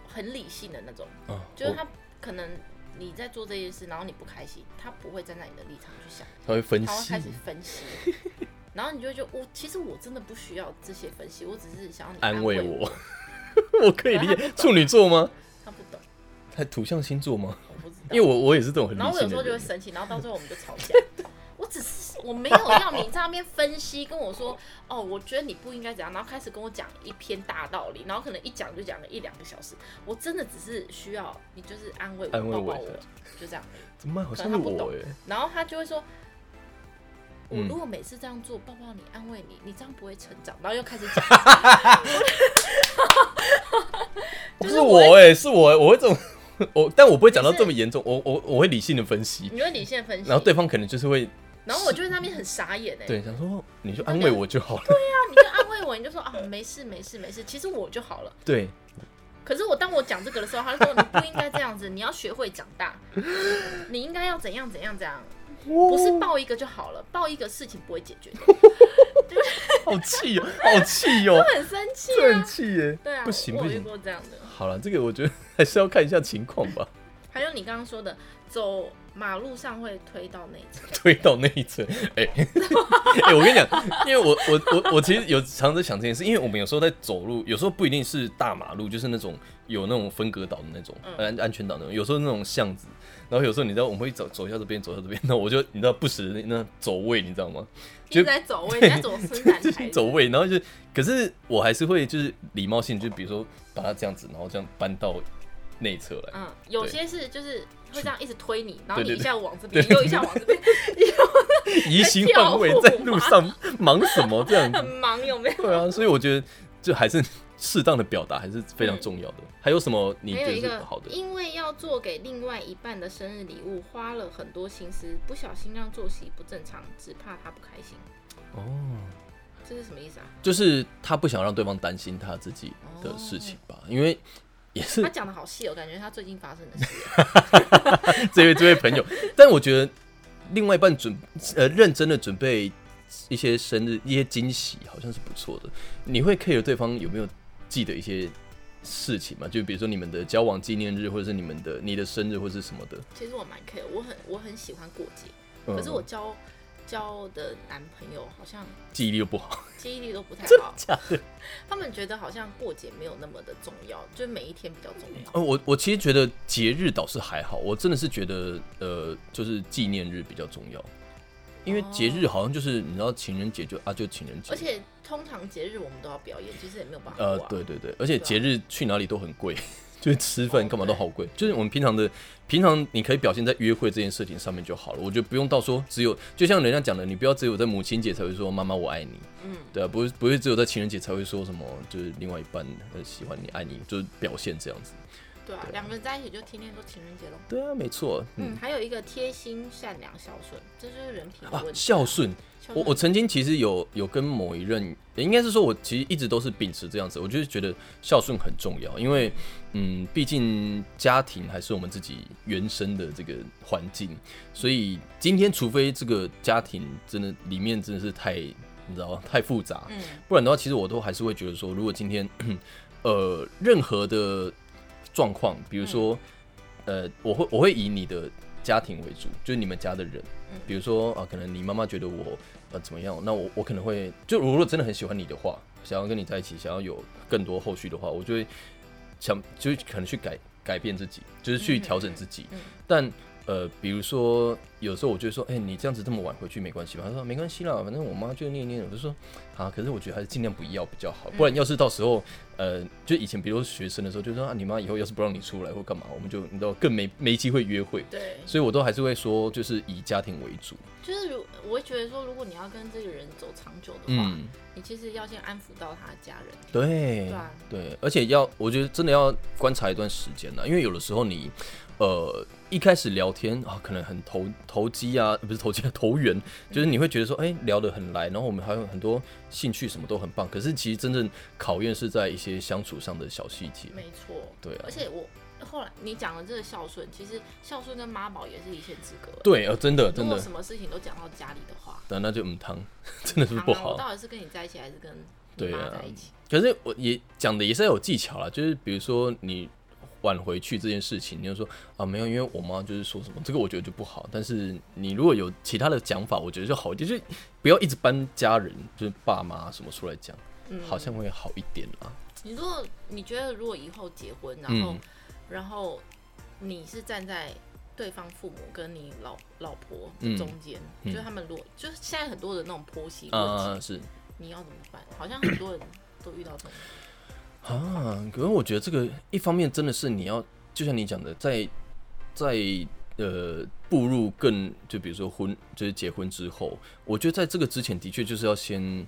Speaker 2: 很理性的那种，
Speaker 1: 嗯，
Speaker 2: 就是
Speaker 1: 我
Speaker 2: 他可能你在做这件事，然后你不开心，他不会站在你的立场去想，
Speaker 1: 他会分
Speaker 2: 他会
Speaker 1: 析
Speaker 2: 开，始分 析，然后你就会觉得我其实我真的不需要这些分析，我只是想要你
Speaker 1: 安慰
Speaker 2: 慰
Speaker 1: 我。 我可以理解处女座吗？
Speaker 2: 他不懂，
Speaker 1: 他土象星座吗？
Speaker 2: 我不知道，
Speaker 1: 因为我我也是这种很理
Speaker 2: 然后我有
Speaker 1: 性
Speaker 2: 时
Speaker 1: 的
Speaker 2: 候就会
Speaker 1: 人。
Speaker 2: 生气，然后到最后我们就吵 架。我只是我没有要你在那边分析，跟我说哦，我觉得你不应该怎样，然后开始跟我讲一篇大道理，然后可能一讲就讲了一两个小时。我真的只是需要你就是安慰我，
Speaker 1: 安慰
Speaker 2: 抱
Speaker 1: 我
Speaker 2: 抱
Speaker 1: 一
Speaker 2: 我
Speaker 1: 下，
Speaker 2: 就这样。
Speaker 1: 怎么办好像
Speaker 2: 可
Speaker 1: 是
Speaker 2: 能他不
Speaker 1: 我
Speaker 2: 懂
Speaker 1: 哎、
Speaker 2: 然后他就会说。我
Speaker 1: 嗯
Speaker 2: 如果每次这样做，抱抱你，安慰你，你这样不会成长，然后又开始 讲，
Speaker 1: 不
Speaker 2: 就是
Speaker 1: 是
Speaker 2: 我
Speaker 1: 我哎、是我欸、我会这种， 我但我不会讲到
Speaker 2: 就是
Speaker 1: 这么严重，我我我会理性的分析，
Speaker 2: 你会理性地分析，
Speaker 1: 然后对，方可能就是会
Speaker 2: 然后我就在那边很傻眼哎，
Speaker 1: 对想说你就安慰我就好了，
Speaker 2: 那你就安慰我，你就说啊，没事没事没事，其实我就好了。
Speaker 1: 对，
Speaker 2: 可是我当我讲这个的时候，他就说你不应该这样子，你要学会长 大，你应该要怎样怎样怎样，不
Speaker 1: 不
Speaker 2: 是抱一个就好了，抱一个事情不会解决的，
Speaker 1: 好气哦、好气哦、
Speaker 2: 很生气
Speaker 1: 这很
Speaker 2: 啊。
Speaker 1: 气耶、
Speaker 2: 对啊，
Speaker 1: 不行
Speaker 2: 我
Speaker 1: 不
Speaker 2: 有遇
Speaker 1: 行，
Speaker 2: 过这样的。
Speaker 1: 好了，这个我觉得 还是要看一下情况吧，
Speaker 2: 还有你刚刚说的，走马路上会推到那一侧，
Speaker 1: 推到那一侧，哎、 哎、我跟你讲，因为我我我我其实有常在想这件事，因为我们有时候在走路，有时候不一定是大马路，就是那种有那种分隔岛的那种
Speaker 2: 嗯
Speaker 1: 安安全岛那种，有时候那种巷子，然后有时候你知道我们会走走一下这边，走一下这边，那我就你知道不时地那走位，你知道吗？
Speaker 2: 一直在走位，你在走伸展
Speaker 1: 就是
Speaker 2: 台，
Speaker 1: 走位，然后就可是我还是会就是礼貌性，就比如说把它这样子，然后这样搬到内侧来，
Speaker 2: 嗯，有些是就是会这样一直推你，然后你
Speaker 1: 对对
Speaker 2: 一
Speaker 1: 对
Speaker 2: 下往这边，
Speaker 1: 对
Speaker 2: 又一下往这边，
Speaker 1: 移形换位
Speaker 2: 跳舞，
Speaker 1: 在路上忙什么这样
Speaker 2: 很
Speaker 1: 子？
Speaker 2: 忙有没有？
Speaker 1: 对啊，所以我觉得就还是适当的表达还是非常重要的。还有什么你
Speaker 2: 嗯还
Speaker 1: 觉
Speaker 2: 有
Speaker 1: 得
Speaker 2: 一
Speaker 1: 是
Speaker 2: 个
Speaker 1: 好，的？
Speaker 2: 因为要做给另外一半的生日礼物，花了很多心思，不小心让作息不正常，只怕他不开心。
Speaker 1: 哦，
Speaker 2: 这是什么意思啊？
Speaker 1: 就是他不想让对方担心他自己的事情吧，因为也是
Speaker 2: 哦他讲的好细哦，感觉他最近发生的事。
Speaker 1: 这位这 位朋友，但我觉得另外一半准呃认真的准备一些生日一些惊喜，好像是不错的。你会 care 对方有没有记得一些事情吗？就比如说你们的交往纪念日，或者是你们的你的生日，或是什么的。
Speaker 2: 其实我蛮 care，我很我很喜欢过节，
Speaker 1: 嗯
Speaker 2: 可是我交交的男朋友好像
Speaker 1: 记忆力又 不好，
Speaker 2: 记忆力都不太好，
Speaker 1: 假的。
Speaker 2: 他们觉得好像过节没有那么的重要，就每一天比较重要。
Speaker 1: 呃，我我其实觉得节日倒是还好，我真的是觉得呃，就是纪念日比较重要，因为节日好像就是你知道情人节就啊就情人节，
Speaker 2: 哦而且通常节日我们都要表演，其实也没有办法
Speaker 1: 呃
Speaker 2: 过，啊
Speaker 1: 对对对，而且
Speaker 2: 对啊
Speaker 1: 节日去哪里都很贵， 就是吃饭
Speaker 2: 哦
Speaker 1: 干嘛都好贵。就是我们平常的，平常你可以表现在约会这件事情上面就好了。我觉得不用到说只有，就像人家讲的，你不要只有在母亲节才会说妈妈我爱你，
Speaker 2: 嗯，
Speaker 1: 对啊，不是不是只有在情人节才会说什么，就是另外一半呃喜欢你爱你，就是表现这样子。
Speaker 2: 对啊，两个人在一起就天天都情人节喽。
Speaker 1: 对啊，没错，嗯
Speaker 2: 嗯，还有一个贴心、善良、孝顺，这就是人品的
Speaker 1: 啊
Speaker 2: 问题、，
Speaker 1: 孝顺。
Speaker 2: 孝顺
Speaker 1: 我我曾经其实有有跟某一任，应该是说我其实一直都是秉持这样子，我就是觉得孝顺很重要，因为嗯，毕竟家庭还是我们自己原生的这个环境，所以今天除非这个家庭真的里面真的是太你知道吗？太复杂，
Speaker 2: 嗯，
Speaker 1: 不然的话，其实我都还是会觉得说，如果今天 呃任何的状况，比如说、呃，我会我会以你的家庭为主，就是你们家的人
Speaker 2: 嗯，
Speaker 1: 比如说啊、可能你妈妈觉得我呃怎么样，那我我可能会就如果真的很喜欢你的话，想要跟你在一起，想要有更多后续的话，我就会想就是可能去改改变自己，就是去
Speaker 2: 嗯
Speaker 1: 调整自己，
Speaker 2: 嗯
Speaker 1: 但。呃，比如说，有时候我就会说，哎、你这样子这么晚回去没关系吧？他说没关系啦，反正我妈就念一念。我就说，啊，可是我觉得还是尽量不要比较好，不然要是到时候，呃，就以前比如说学生的时候，就说啊，你妈以后要是不让你出来或干嘛，我们就你知道更没没机会约会，
Speaker 2: 对，
Speaker 1: 所以我都还是会说，就是以家庭为主，
Speaker 2: 就是如我会觉得说，如果你要跟这个人走长久的话，
Speaker 1: 嗯，
Speaker 2: 你其实要先安抚到他的家人。
Speaker 1: 对
Speaker 2: 对啊
Speaker 1: 对，而且要我觉得真的要观察一段时间啊了，因为有的时候你，呃，一开始聊天啊，可能很投投机啊，不是投机啊， 投缘，就是你会觉得说，哎、聊得很来，然后我们还有很多兴趣什么都很棒，可是其实真正考验是在一些相处上的小细节，
Speaker 2: 没错，
Speaker 1: 对啊
Speaker 2: 而且我后来你讲的这个孝顺，其实孝顺跟妈宝也是一线之隔。
Speaker 1: 对，呃，真的
Speaker 2: 如
Speaker 1: 真
Speaker 2: 果
Speaker 1: 的，
Speaker 2: 什么事情都讲到家里的话，
Speaker 1: 但那就嗯汤，真的是不
Speaker 2: 当然我
Speaker 1: 好。
Speaker 2: 到底是跟你在一起还是跟你
Speaker 1: 对
Speaker 2: 妈
Speaker 1: 啊
Speaker 2: 在一起？
Speaker 1: 可是我也讲的也是要有技巧啦，就是比如说你晚回去这件事情，你就说啊没有，因为我妈就是说什么这个我觉得就不好，但是你如果有其他的讲法，我觉得就好一点，就是不要一直搬家人，就是爸妈什么出来讲，
Speaker 2: 嗯
Speaker 1: 好像会好一点啦。
Speaker 2: 你如果你觉得如果以后结婚，然后、
Speaker 1: 嗯
Speaker 2: 然后你是站在对方父母跟你老老婆
Speaker 1: 嗯
Speaker 2: 中间，
Speaker 1: 嗯
Speaker 2: 就是他们如果就是现在很多的那种婆媳问题，
Speaker 1: 啊、是
Speaker 2: 你要怎么办？好像很多人都遇到这种，
Speaker 1: 啊，可是我觉得这个一方面真的是你要，就像你讲的，在在呃步入更就比如说婚就是结婚之后，我觉得在这个之前的确就是要先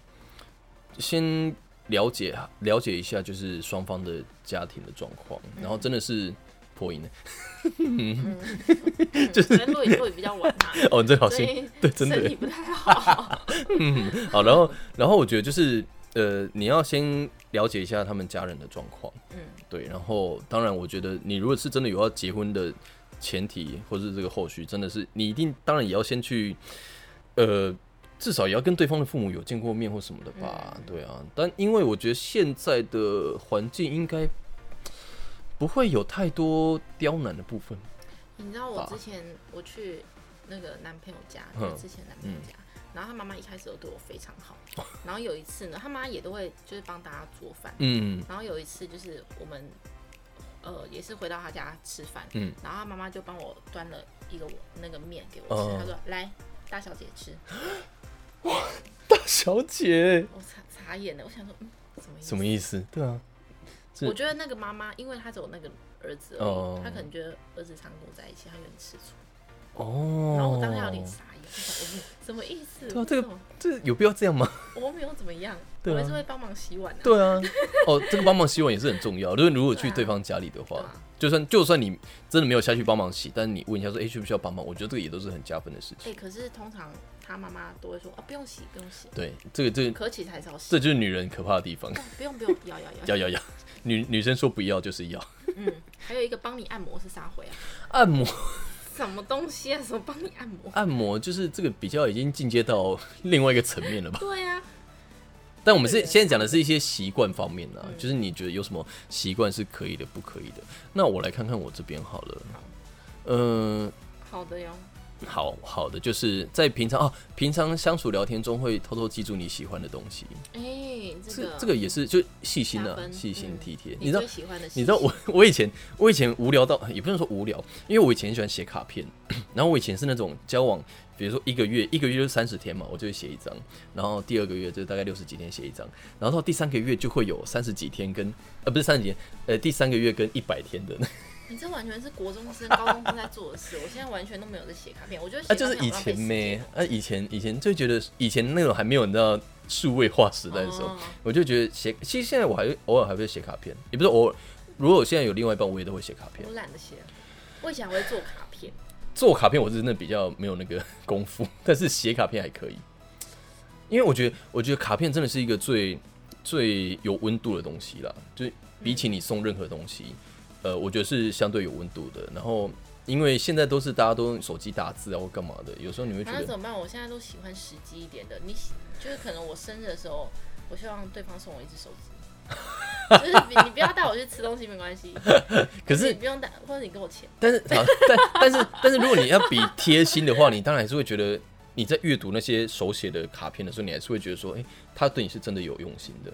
Speaker 1: 先了解了解一下就是双方的家庭的状况，然后真的是破音了，
Speaker 2: 就是录影录影比较晚嘛，
Speaker 1: 哦，你 真好
Speaker 2: 所
Speaker 1: 心。
Speaker 2: 以
Speaker 1: 对真的
Speaker 2: 身体不太好。
Speaker 1: 好，然后然后我觉得就是呃，你要先了解一下他们家人的状况，
Speaker 2: 嗯，
Speaker 1: 对，然后当然我觉得你如果是真的有要结婚的前提或是这个后续，真的是你一定当然也要先去呃。至少也要跟对方的父母有见过面或什么的吧，
Speaker 2: 嗯
Speaker 1: 对啊。但因为我觉得现在的环境应该不会有太多刁难的部分。
Speaker 2: 你知道我
Speaker 1: 吧
Speaker 2: 之前我去那个男朋友家，
Speaker 1: 嗯
Speaker 2: 就是之前男朋友家，然后他妈妈一开始都对我非常 好，然后有一次呢，他妈也都会就是帮大家做饭，
Speaker 1: 嗯
Speaker 2: 然后有一次就是我们呃也是回到他家吃饭，
Speaker 1: 嗯，
Speaker 2: 然后他妈妈就帮我端了一个我那个面给我
Speaker 1: 哦
Speaker 2: 吃，她说来大小姐吃，
Speaker 1: 大 小姐，
Speaker 2: 我傻傻眼了，我想说嗯什么意思？
Speaker 1: 什么意思？对啊，是
Speaker 2: 我觉得那个妈妈，因为她只有那个儿子而已，
Speaker 1: 哦
Speaker 2: 她可能觉得儿子常跟我在一起，她有点吃醋。
Speaker 1: 哦。
Speaker 2: 然后我当下有点傻眼，我想我什么意思？
Speaker 1: 对啊
Speaker 2: 为
Speaker 1: 这个
Speaker 2: 什么
Speaker 1: 这有必要这 样吗？
Speaker 2: 我没有怎么样，
Speaker 1: 对啊
Speaker 2: 我还是会帮忙洗碗的、
Speaker 1: 对 啊，哦，这个帮忙洗碗也是很重要。就是如果去
Speaker 2: 对啊
Speaker 1: 对方家里的话，
Speaker 2: 对啊
Speaker 1: 就算就算你真的没有下去帮忙洗，但是你问一下说，哎、需不需要帮忙？我觉得这个也都是很加分的事
Speaker 2: 哎、
Speaker 1: 情。
Speaker 2: 可是通常她妈妈都会说啊，不用洗，不用洗。
Speaker 1: 对，这个这个
Speaker 2: 可其实还是要洗
Speaker 1: 这，就是女人可怕的地方，
Speaker 2: 哦不用不用，要要
Speaker 1: 要
Speaker 2: 要。
Speaker 1: 要要，女女生说不要就 是要，
Speaker 2: 嗯，还有一个帮你按摩是啥回啊？
Speaker 1: 按摩
Speaker 2: 什么东西啊？什么帮你按摩？
Speaker 1: 按摩就是这个比较已经进阶到另外一个层面 了吧？
Speaker 2: 对啊呀、
Speaker 1: 但我们是
Speaker 2: 对嗯
Speaker 1: 现在讲的是一些习惯方面啊，就是你觉得有什么习惯是可以的，不可以的？那我来看看我这边好了，嗯、
Speaker 2: 好的哟。
Speaker 1: 好好的，就是在平常哦，平常相处聊天中会偷偷记住你喜欢的东西，
Speaker 2: 哎、这
Speaker 1: 这
Speaker 2: 个
Speaker 1: 这个也是就细心
Speaker 2: 加
Speaker 1: 啊，
Speaker 2: 分
Speaker 1: 细心
Speaker 2: 嗯
Speaker 1: 体贴。
Speaker 2: 你
Speaker 1: 你知道
Speaker 2: 最，喜欢的
Speaker 1: 你知道
Speaker 2: 事情
Speaker 1: 我 我以前我以前无聊到，也不能说无聊，因为我以前很喜欢写卡片， 然后我以前是那种交往，比如说一个月，一个月就是三十天嘛，我就会写一张，然后第二个月就大概六十几天写一张，然后到第三个月就会有三十几天跟呃不是三十几天，呃第三个月跟一百天的，
Speaker 2: 你这完全是国中生、高中生在做的事， 我现在完全都没有在写卡片。我觉得
Speaker 1: 啊
Speaker 2: 写
Speaker 1: 就是
Speaker 2: 卡
Speaker 1: 以
Speaker 2: 片好浪费
Speaker 1: 前
Speaker 2: 时
Speaker 1: 咩
Speaker 2: 间哦，
Speaker 1: 啊以前以前就觉得以前那种还没有你知道数位化时代的时候。
Speaker 2: 哦
Speaker 1: 我就觉得写，其实现在我还偶尔还会写卡片，也不是偶尔。如果我现在有另外一半，我也都会写卡片
Speaker 2: 我。懒得写了。我以前还会做卡片，
Speaker 1: 做卡片我是真的比较没有那个功夫， 但是写卡片还可以，因为我觉得，我觉得卡片真的是一个最最有温度的东西啦，就是比起你送任何东西，
Speaker 2: 嗯
Speaker 1: 呃，我觉得是相对有温度的。然后，因为现在都是大家都用手机打字啊或干嘛的，有时候你会觉
Speaker 2: 那
Speaker 1: 得
Speaker 2: 怎么办？我现在都喜欢实际一点的。你喜就是可能我生日的时候，我希望对方送我一只手 机。就是你你不要带我去吃东西没关 系，
Speaker 1: 可
Speaker 2: 你
Speaker 1: 是
Speaker 2: 不用带，或者你给我钱。
Speaker 1: 但是 好，但但是但是，如果你要比贴心的话，你当然还是会觉得你在阅读那些手写的卡片的时候，你还是会觉得说，哎、他对你是真的有用心的。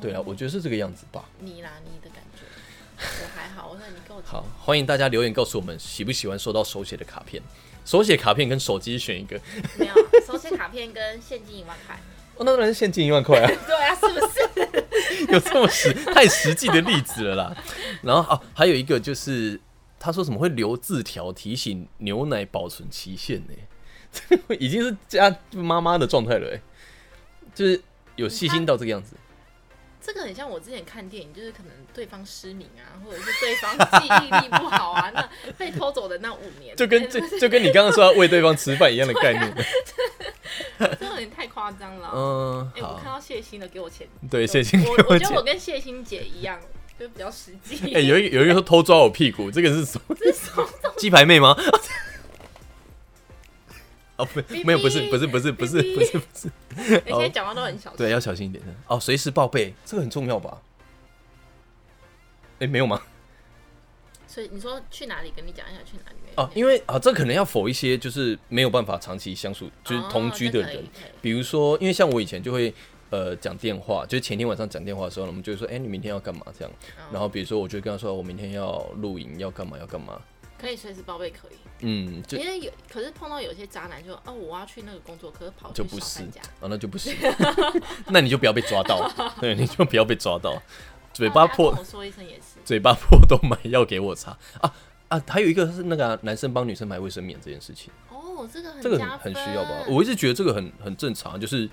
Speaker 1: 对啊，我觉得是这个样子吧。
Speaker 2: 你啦，你的感觉，我还好。我说你给我钱
Speaker 1: 好，，欢迎大家留言告诉我们喜不喜欢收到手写的卡片。手写卡片跟手机选一个，
Speaker 2: 没有手写卡片跟现金一万块。
Speaker 1: 哦，那当然是现金一万块啊，
Speaker 2: 对啊，是不是？
Speaker 1: 有这么实太实际的例子了啦。然后哦，还有一个就是他说什么会留字条提醒牛奶保存期限呢、 这个已经是家妈妈的状态了、欸，就是有细心到这个样子。
Speaker 2: 这个很像我之前看电影，就是可能对方失明啊，或者是对方记忆力不好啊，那被偷走的那五年，
Speaker 1: 就 跟就就跟你刚刚说要喂对方吃饭一样的概念，
Speaker 2: 这有点太夸张了。
Speaker 1: 嗯，
Speaker 2: 哎、我看
Speaker 1: 好，
Speaker 2: 到谢欣的，给我钱。
Speaker 1: 对，谢谢。
Speaker 2: 我我觉得我跟谢欣姐一样，就比较实际。
Speaker 1: 哎、有一有一个说偷抓我屁股， 这个是什么？
Speaker 2: 这是什么？
Speaker 1: 鸡排妹 吗？哦，不，
Speaker 2: 哔哔
Speaker 1: 没有，不是，不是，不是，不是，
Speaker 2: 哔哔
Speaker 1: 不是，不是，
Speaker 2: 你现在讲话都很小心。
Speaker 1: 对，要小心一点。哦，随时报备，这个很重要吧？哎、没有吗？
Speaker 2: 所以你说去哪里？跟你讲一下去哪里没有？
Speaker 1: 哦，因为啊，这可能要否一些就是没有办法长期相处，就是同居的
Speaker 2: 哦这可
Speaker 1: 人，
Speaker 2: 以可以
Speaker 1: 比如说，因为像我以前就会呃讲电话，就是前天晚上讲电话的时候，我们就会说，哎、你明天要干嘛这样。
Speaker 2: 哦
Speaker 1: 然后比如说，我就跟他说，我明天要露营，要干嘛要干嘛。
Speaker 2: 可以随时报备，可以。
Speaker 1: 嗯，就
Speaker 2: 因为有，可是碰到有些渣男就哦，我要去那个工作，可是跑去
Speaker 1: 就不
Speaker 2: 小
Speaker 1: 是
Speaker 2: 三家。
Speaker 1: 啊，那就不是， 那你就不要被抓到，对，你就不要被抓到，嘴巴
Speaker 2: 哦大家
Speaker 1: 破
Speaker 2: 跟我说一声也是。
Speaker 1: 嘴巴破都买药给我擦啊啊！还有一个是那个啊、男生帮女生买卫生棉这件事情，
Speaker 2: 哦，这个很
Speaker 1: 这个
Speaker 2: 加
Speaker 1: 很很需要吧？
Speaker 2: 分
Speaker 1: 我一直觉得这个很很正常，就是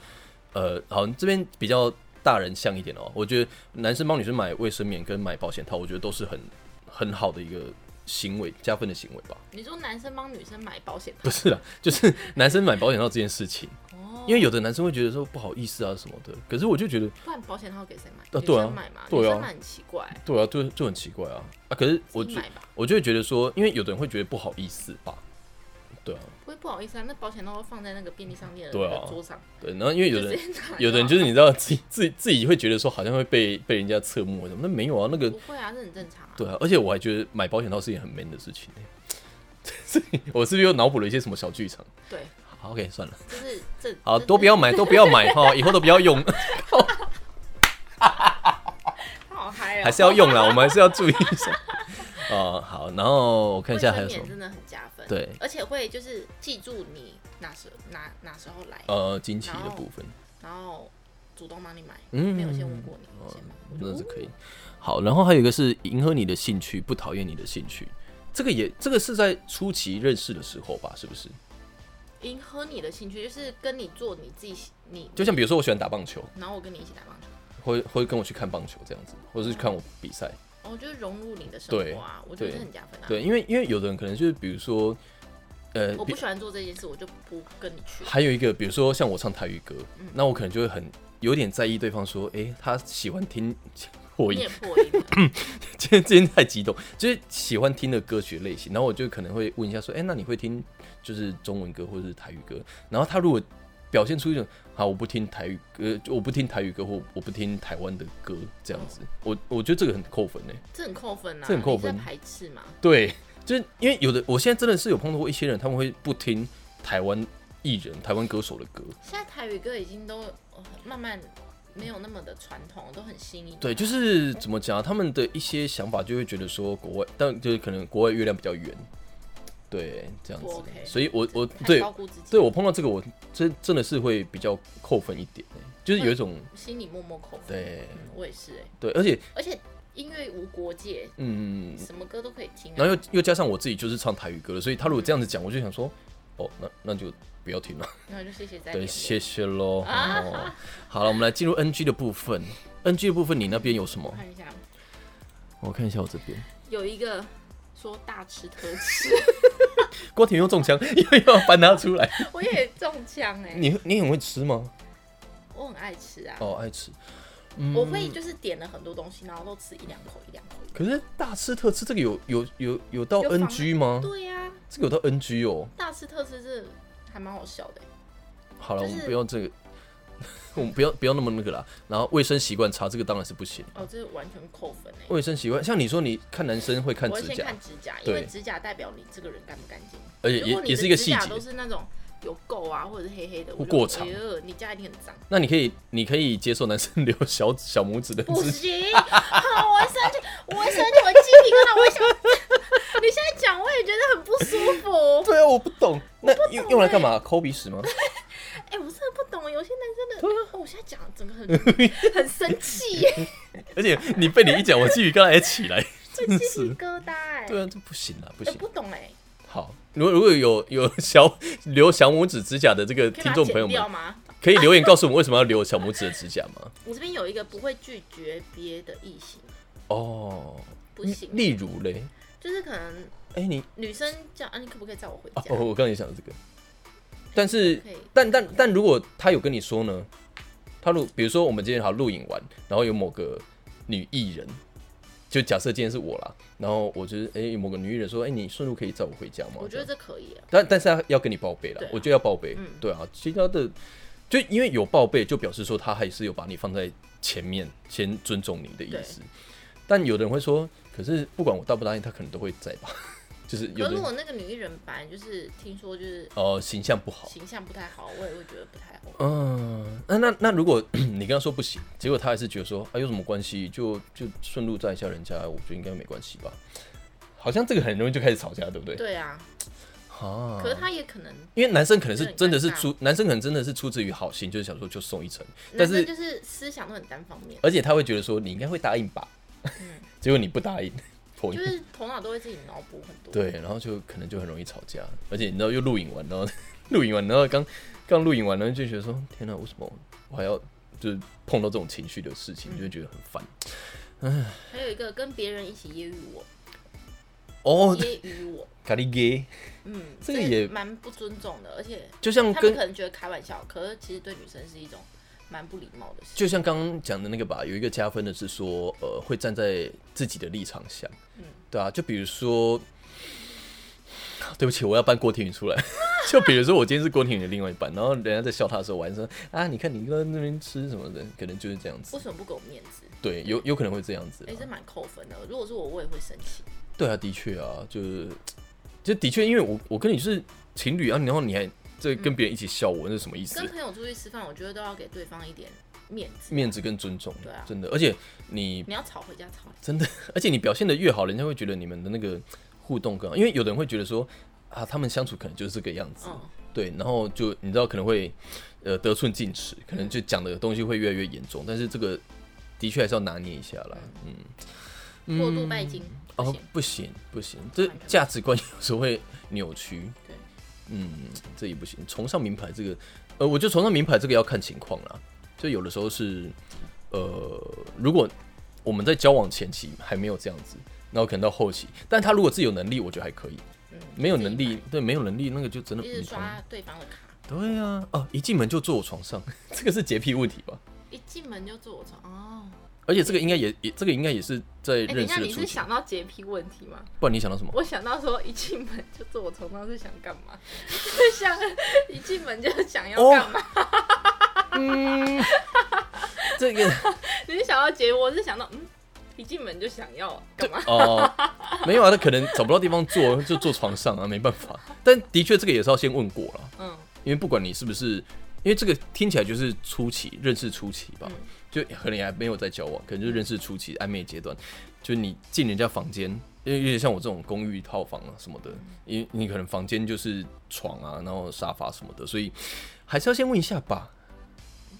Speaker 1: 呃，好像这边比较大人像一点哦。我觉得男生帮女生买卫生棉跟买保险套，我觉得都是很很好的一个行为，加分的行为吧？
Speaker 2: 你说男生帮女生买保险
Speaker 1: 不
Speaker 2: 套，
Speaker 1: 是啦，就是男生买保险套这件事情，
Speaker 2: 哦，
Speaker 1: 因为有的男生会觉得说不好意思啊什么的，可是我就觉得。
Speaker 2: 不然保险套给谁买？
Speaker 1: 啊
Speaker 2: 女
Speaker 1: 对啊
Speaker 2: 生买嘛，
Speaker 1: 对啊
Speaker 2: 女生买很奇怪，
Speaker 1: 对啊，就就很奇怪啊啊！可是我
Speaker 2: 自己
Speaker 1: 就
Speaker 2: 买吧
Speaker 1: 我就会觉得说，因为有的人会觉得不好意思吧，对啊，
Speaker 2: 不会不好意思啊，那保险套会放在那个便利商店的
Speaker 1: 对
Speaker 2: 那
Speaker 1: 啊
Speaker 2: 个桌上，
Speaker 1: 对，然后因为有的 人
Speaker 2: 就直接拿
Speaker 1: 有的人就是你知道自己自己自己会觉得说好像会被被人家侧目或什么，那没有啊，那个
Speaker 2: 不会啊，这很正常啊。
Speaker 1: 对啊，而且我还觉得买保险套是一件很 man 的事 情、欸，我是不是又脑补了一些什么小剧场？
Speaker 2: 对，
Speaker 1: 好，OK，算了，
Speaker 2: 就是这
Speaker 1: 好，
Speaker 2: 这
Speaker 1: 都不要买，都不要买哈，以后都不要用，
Speaker 2: 他好嗨哦，
Speaker 1: 还是要用啦，我们还是要注意一下。哦，好，然后我看一下还有
Speaker 2: 卫
Speaker 1: 什
Speaker 2: 生
Speaker 1: 么
Speaker 2: 棉，真的很加分，
Speaker 1: 对
Speaker 2: 而且会就是记住你哪时哪哪时候来，
Speaker 1: 呃，惊奇的部分。
Speaker 2: 然哦后主动帮你买，
Speaker 1: 嗯
Speaker 2: 没有先问过你先买，我
Speaker 1: 真
Speaker 2: 就
Speaker 1: 的是
Speaker 2: 哦
Speaker 1: 可以。好，然后还有一个是迎合你的兴趣，不讨厌你的兴趣。这个也，这个是在初期认识的时候吧，是不是？
Speaker 2: 迎合你的兴趣，就是跟你做你自己喜你，
Speaker 1: 就像比如说，我喜欢打棒球，
Speaker 2: 然后我跟你一起打棒球。
Speaker 1: 会会跟我去看棒球这样子，或者是去看我比赛。
Speaker 2: 哦，就是融入你的生活啊，我觉得
Speaker 1: 对
Speaker 2: 这很加分啊。
Speaker 1: 对，因为因为有的人可能就是比如说，呃，
Speaker 2: 我
Speaker 1: 比
Speaker 2: 不喜欢做这件事，我就不跟你去。
Speaker 1: 还有一个，比如说像我唱台语歌，
Speaker 2: 嗯
Speaker 1: 那我可能就会很有点在意对方说，诶，他喜欢听 我
Speaker 2: 你也破音了，
Speaker 1: 今天今天太激动，就是喜欢听的歌曲类型，然后我就可能会问一下说，哎、那你会听就是中文歌或者是台语歌？然后他如果表现出一种，好，我不听台语歌，就我不听台语歌或我不听台湾的歌这样子，
Speaker 2: 哦
Speaker 1: 我我觉得这个很扣分呢。欸
Speaker 2: 这很扣分啊！
Speaker 1: 这很扣分
Speaker 2: 你在排斥嘛？
Speaker 1: 对，就是因为有的，我现在真的是有碰到过一些人，他们会不听台湾艺人、台湾歌手的歌，
Speaker 2: 现在台语歌已经都呃慢慢没有那么的传统，都很新颖。
Speaker 1: 对，就是怎么讲啊，他们的一些想法就会觉得说国外，但就是可能国外月亮比较圆，对，这样子
Speaker 2: 不 OK
Speaker 1: 所以我我
Speaker 2: 太
Speaker 1: 对
Speaker 2: 高估自己，
Speaker 1: 对我碰到这个，我真真的是会比较扣分一点、欸，就是有一种
Speaker 2: 心里默默扣分。
Speaker 1: 对
Speaker 2: 嗯，我也是哎、
Speaker 1: 对，而且
Speaker 2: 而且音乐无国界，
Speaker 1: 嗯，
Speaker 2: 什么歌都可以听、
Speaker 1: 然
Speaker 2: 啊。
Speaker 1: 后又又加上我自己就是唱台语歌的，所以他如果这样子讲，我就想说，哦，那那就不要听了，
Speaker 2: 然后就谢谢再
Speaker 1: 对，
Speaker 2: 联络。
Speaker 1: 谢 谢喽。哦，好了，我们来进入 NG 的部分。NG 的部分，你那边有什么
Speaker 2: 我？看一下，
Speaker 1: 我看一下我这边，
Speaker 2: 有一个说大吃特吃，
Speaker 1: 郭婷又中枪， 又要翻他出来。
Speaker 2: 我也中枪哎、
Speaker 1: 你你很会吃吗？
Speaker 2: 我很爱吃啊。
Speaker 1: 哦，爱吃。嗯
Speaker 2: 我会就是点了很多东西，然后都吃一两口一两口。
Speaker 1: 可是大吃特吃这个有有有有到
Speaker 2: 有妨
Speaker 1: NG 吗？
Speaker 2: 对呀、
Speaker 1: 这个有到 NG 哦。
Speaker 2: 大吃特吃是还蛮好笑的欸。
Speaker 1: 好了，
Speaker 2: 就
Speaker 1: 我们
Speaker 2: 是
Speaker 1: 不要这个， 我们不要不要那么那个啦。然后卫生习惯差，这个当然是不行。
Speaker 2: 哦，这完全扣分哎。
Speaker 1: 卫生习惯，像你说，你看男生会看
Speaker 2: 我会
Speaker 1: 指
Speaker 2: 先
Speaker 1: 甲，
Speaker 2: 看指甲，因为
Speaker 1: 对
Speaker 2: 指甲代表你这个人干不干净。
Speaker 1: 而且
Speaker 2: 如
Speaker 1: 也
Speaker 2: 果你
Speaker 1: 也
Speaker 2: 的
Speaker 1: 是一个
Speaker 2: 指
Speaker 1: 细
Speaker 2: 甲
Speaker 1: 节
Speaker 2: 都。是那种有垢啊，或者是黑黑的，
Speaker 1: 或
Speaker 2: 我就
Speaker 1: 过长
Speaker 2: 哎呦你家一定很脏。
Speaker 1: 那你可以，你可以接受男生留小小拇指的
Speaker 2: 不
Speaker 1: 指甲，
Speaker 2: 行，好，我会生气，我会生气，我鸡皮疙瘩，我也想。 你现在讲，我也觉得很不舒服。
Speaker 1: 对啊，我不懂，那
Speaker 2: 欸
Speaker 1: 用用来干嘛？抠鼻屎吗？
Speaker 2: 哎、我真的不懂，有些男生的，
Speaker 1: 啊
Speaker 2: 哦我现在讲整个很很生 气耶，
Speaker 1: 而且你被你一讲，我鸡皮疙瘩也起 来，
Speaker 2: 会
Speaker 1: 真
Speaker 2: 鸡皮
Speaker 1: 是。
Speaker 2: 疙瘩哎。
Speaker 1: 对啊，这不行啊，不
Speaker 2: 我
Speaker 1: 行。
Speaker 2: 不懂哎，
Speaker 1: 好，如果如果有有小留小拇指指甲的这个
Speaker 2: 可以
Speaker 1: 听
Speaker 2: 把它
Speaker 1: 众朋友
Speaker 2: 剪掉
Speaker 1: 们，
Speaker 2: 吗？
Speaker 1: 可以留言告诉我们为什么要留小拇指的指甲吗？
Speaker 2: 我这边有一个不会拒绝别的异性，
Speaker 1: 哦，
Speaker 2: 不行，
Speaker 1: 例如嘞，
Speaker 2: 就是可能
Speaker 1: 哎、你
Speaker 2: 女生讲啊，你可不可以载我回
Speaker 1: 哦
Speaker 2: 家？，
Speaker 1: 我刚才也想到这个，但是
Speaker 2: 可以
Speaker 1: 但但但如果他有跟你说呢，他如比如说我们今天好录影完，然后有某个女艺人，就假设今天是我啦，然后我就是哎、某个女艺人说，哎、你顺路可以载我回家吗？
Speaker 2: 我觉
Speaker 1: 这
Speaker 2: 得
Speaker 1: 样
Speaker 2: 这可以啊。
Speaker 1: 但但是要要跟你报备了，
Speaker 2: 对啊
Speaker 1: 我就要报备，
Speaker 2: 嗯
Speaker 1: 对啊，其他的就因为有报备，就表示说他还是有把你放在前面，先尊重你的意思。但有的人会说，可是不管我答不答应，他可能都会在吧， 就是有
Speaker 2: 可
Speaker 1: 的
Speaker 2: 是如
Speaker 1: 人
Speaker 2: 果那个女艺人本来就是听说就是
Speaker 1: 呃形象不好，
Speaker 2: 形象不太好，我也会觉得不太好。
Speaker 1: 嗯，那那那如果 你跟他说不行，结果他还是觉得说啊有什么关系，就就顺路载一下人家，我觉得应该没关系吧。好像这个很容易就开始吵架，对不对？
Speaker 2: 对啊，
Speaker 1: 啊
Speaker 2: 可是她也可能，
Speaker 1: 因为男生可能是
Speaker 2: 就很尴尬
Speaker 1: 真的是出，男生可能真的是出自于好心，就是想说就送一程，但
Speaker 2: 男
Speaker 1: 是
Speaker 2: 生就是思想都很单方面，
Speaker 1: 而且他会觉得说你应该会答应吧， 结果你不答应，破
Speaker 2: 嗯
Speaker 1: 音
Speaker 2: 就是头脑都会自己脑补很多。
Speaker 1: 对，然后就可能就很容易吵架，而且你知道又录影完，然后录影完，然后刚刚录影完，然后就觉得说天哪，为什么我还要就是碰到这种情绪的事情，就会觉得很烦
Speaker 2: 嗯还有一个跟别人一起揶揄我，
Speaker 1: 哦。
Speaker 2: 揶揄我，
Speaker 1: 咖喱给，
Speaker 2: 嗯，
Speaker 1: 这个也
Speaker 2: 蛮不尊重的，而且
Speaker 1: 就像
Speaker 2: 他们
Speaker 1: 跟
Speaker 2: 可能觉得开玩笑，可是其实对女生是一种蛮不礼貌的事。
Speaker 1: 就像刚刚讲的那个吧，有一个加分的是说，呃，会站在自己的立场想，
Speaker 2: 嗯
Speaker 1: 对啊，就比如说，对不起，我要搬郭婷宇出来。 就比如说我今天是郭婷宇的另外一半，然后人家在笑他的时候，我还说啊，你看你在那边吃什么的，可能就是这样子
Speaker 2: 为。什么不给我面子？
Speaker 1: 对，有有可能会这样子
Speaker 2: 哎、
Speaker 1: 啊。
Speaker 2: 这蛮扣分的。如果是我，我也会生气。
Speaker 1: 对啊，的确啊，就是就的确，因为我我跟你是情侣啊，然后你还这跟别人一起笑我，那是什么意思
Speaker 2: 嗯跟？朋友出去吃饭，我觉得都要给对方一点面子。
Speaker 1: 面子跟尊重
Speaker 2: 对啊，
Speaker 1: 真的，而且你
Speaker 2: 你要吵回家吵，
Speaker 1: 真的，而且你表现的越好，人家会觉得你们的那个互动更好，因为有的人会觉得说啊，他们相处可能就是这个样子，
Speaker 2: 嗯，
Speaker 1: 对，然后就你知道可能会呃得寸进尺，可能就讲的东西会越来越严重，但是这个的确还是要拿捏一下啦，嗯，
Speaker 2: 过度拜金不
Speaker 1: 哦
Speaker 2: 行。，
Speaker 1: 不行不行，这价值观有时候会扭曲，
Speaker 2: 对，
Speaker 1: 嗯，这也不行，崇尚名牌这个，呃，我觉得崇尚名牌这个要看情况啦，就有的时候是，呃，如果我们在交往前期还没有这样子，然后可能到后期，但他如果自己有能力，我觉得还可以。
Speaker 2: 嗯，
Speaker 1: 没有
Speaker 2: 自己
Speaker 1: 能力
Speaker 2: 买，，
Speaker 1: 对，没有能力，那个就真的
Speaker 2: 一直
Speaker 1: 没法。
Speaker 2: 刷对方的卡，
Speaker 1: 对啊，哦，一进门就坐我床上，这个是洁癖问题吧？
Speaker 2: 一进门就坐我床。哦，
Speaker 1: 而且这个应该也也，这个应该也是在
Speaker 2: 哎、等
Speaker 1: 认
Speaker 2: 一下，
Speaker 1: 识的
Speaker 2: 你
Speaker 1: 初
Speaker 2: 是
Speaker 1: 期。
Speaker 2: 想到洁癖问题吗？
Speaker 1: 不然你想到什么？
Speaker 2: 我想到说一进门就坐我床上是想干 嘛？想一进门就想要干嘛？
Speaker 1: 嗯，这个
Speaker 2: 你是想到结，我是想到嗯，一进门就想要干嘛？
Speaker 1: 哦，没有啊，他可能找不到地方坐，就坐床上啊，没办法。但的确，这个也是要先问过了，
Speaker 2: 嗯，
Speaker 1: 因为不管你是不是，因为这个听起来就是初期认识初期吧，
Speaker 2: 嗯
Speaker 1: 就可能也还没有在交往，可能就认识初期暧昧阶段，就你进人家房间，因为有点像我这种公寓套房啊什么的，因为你可能房间就是床啊，然后沙发什么的，所以还是要先问一下吧。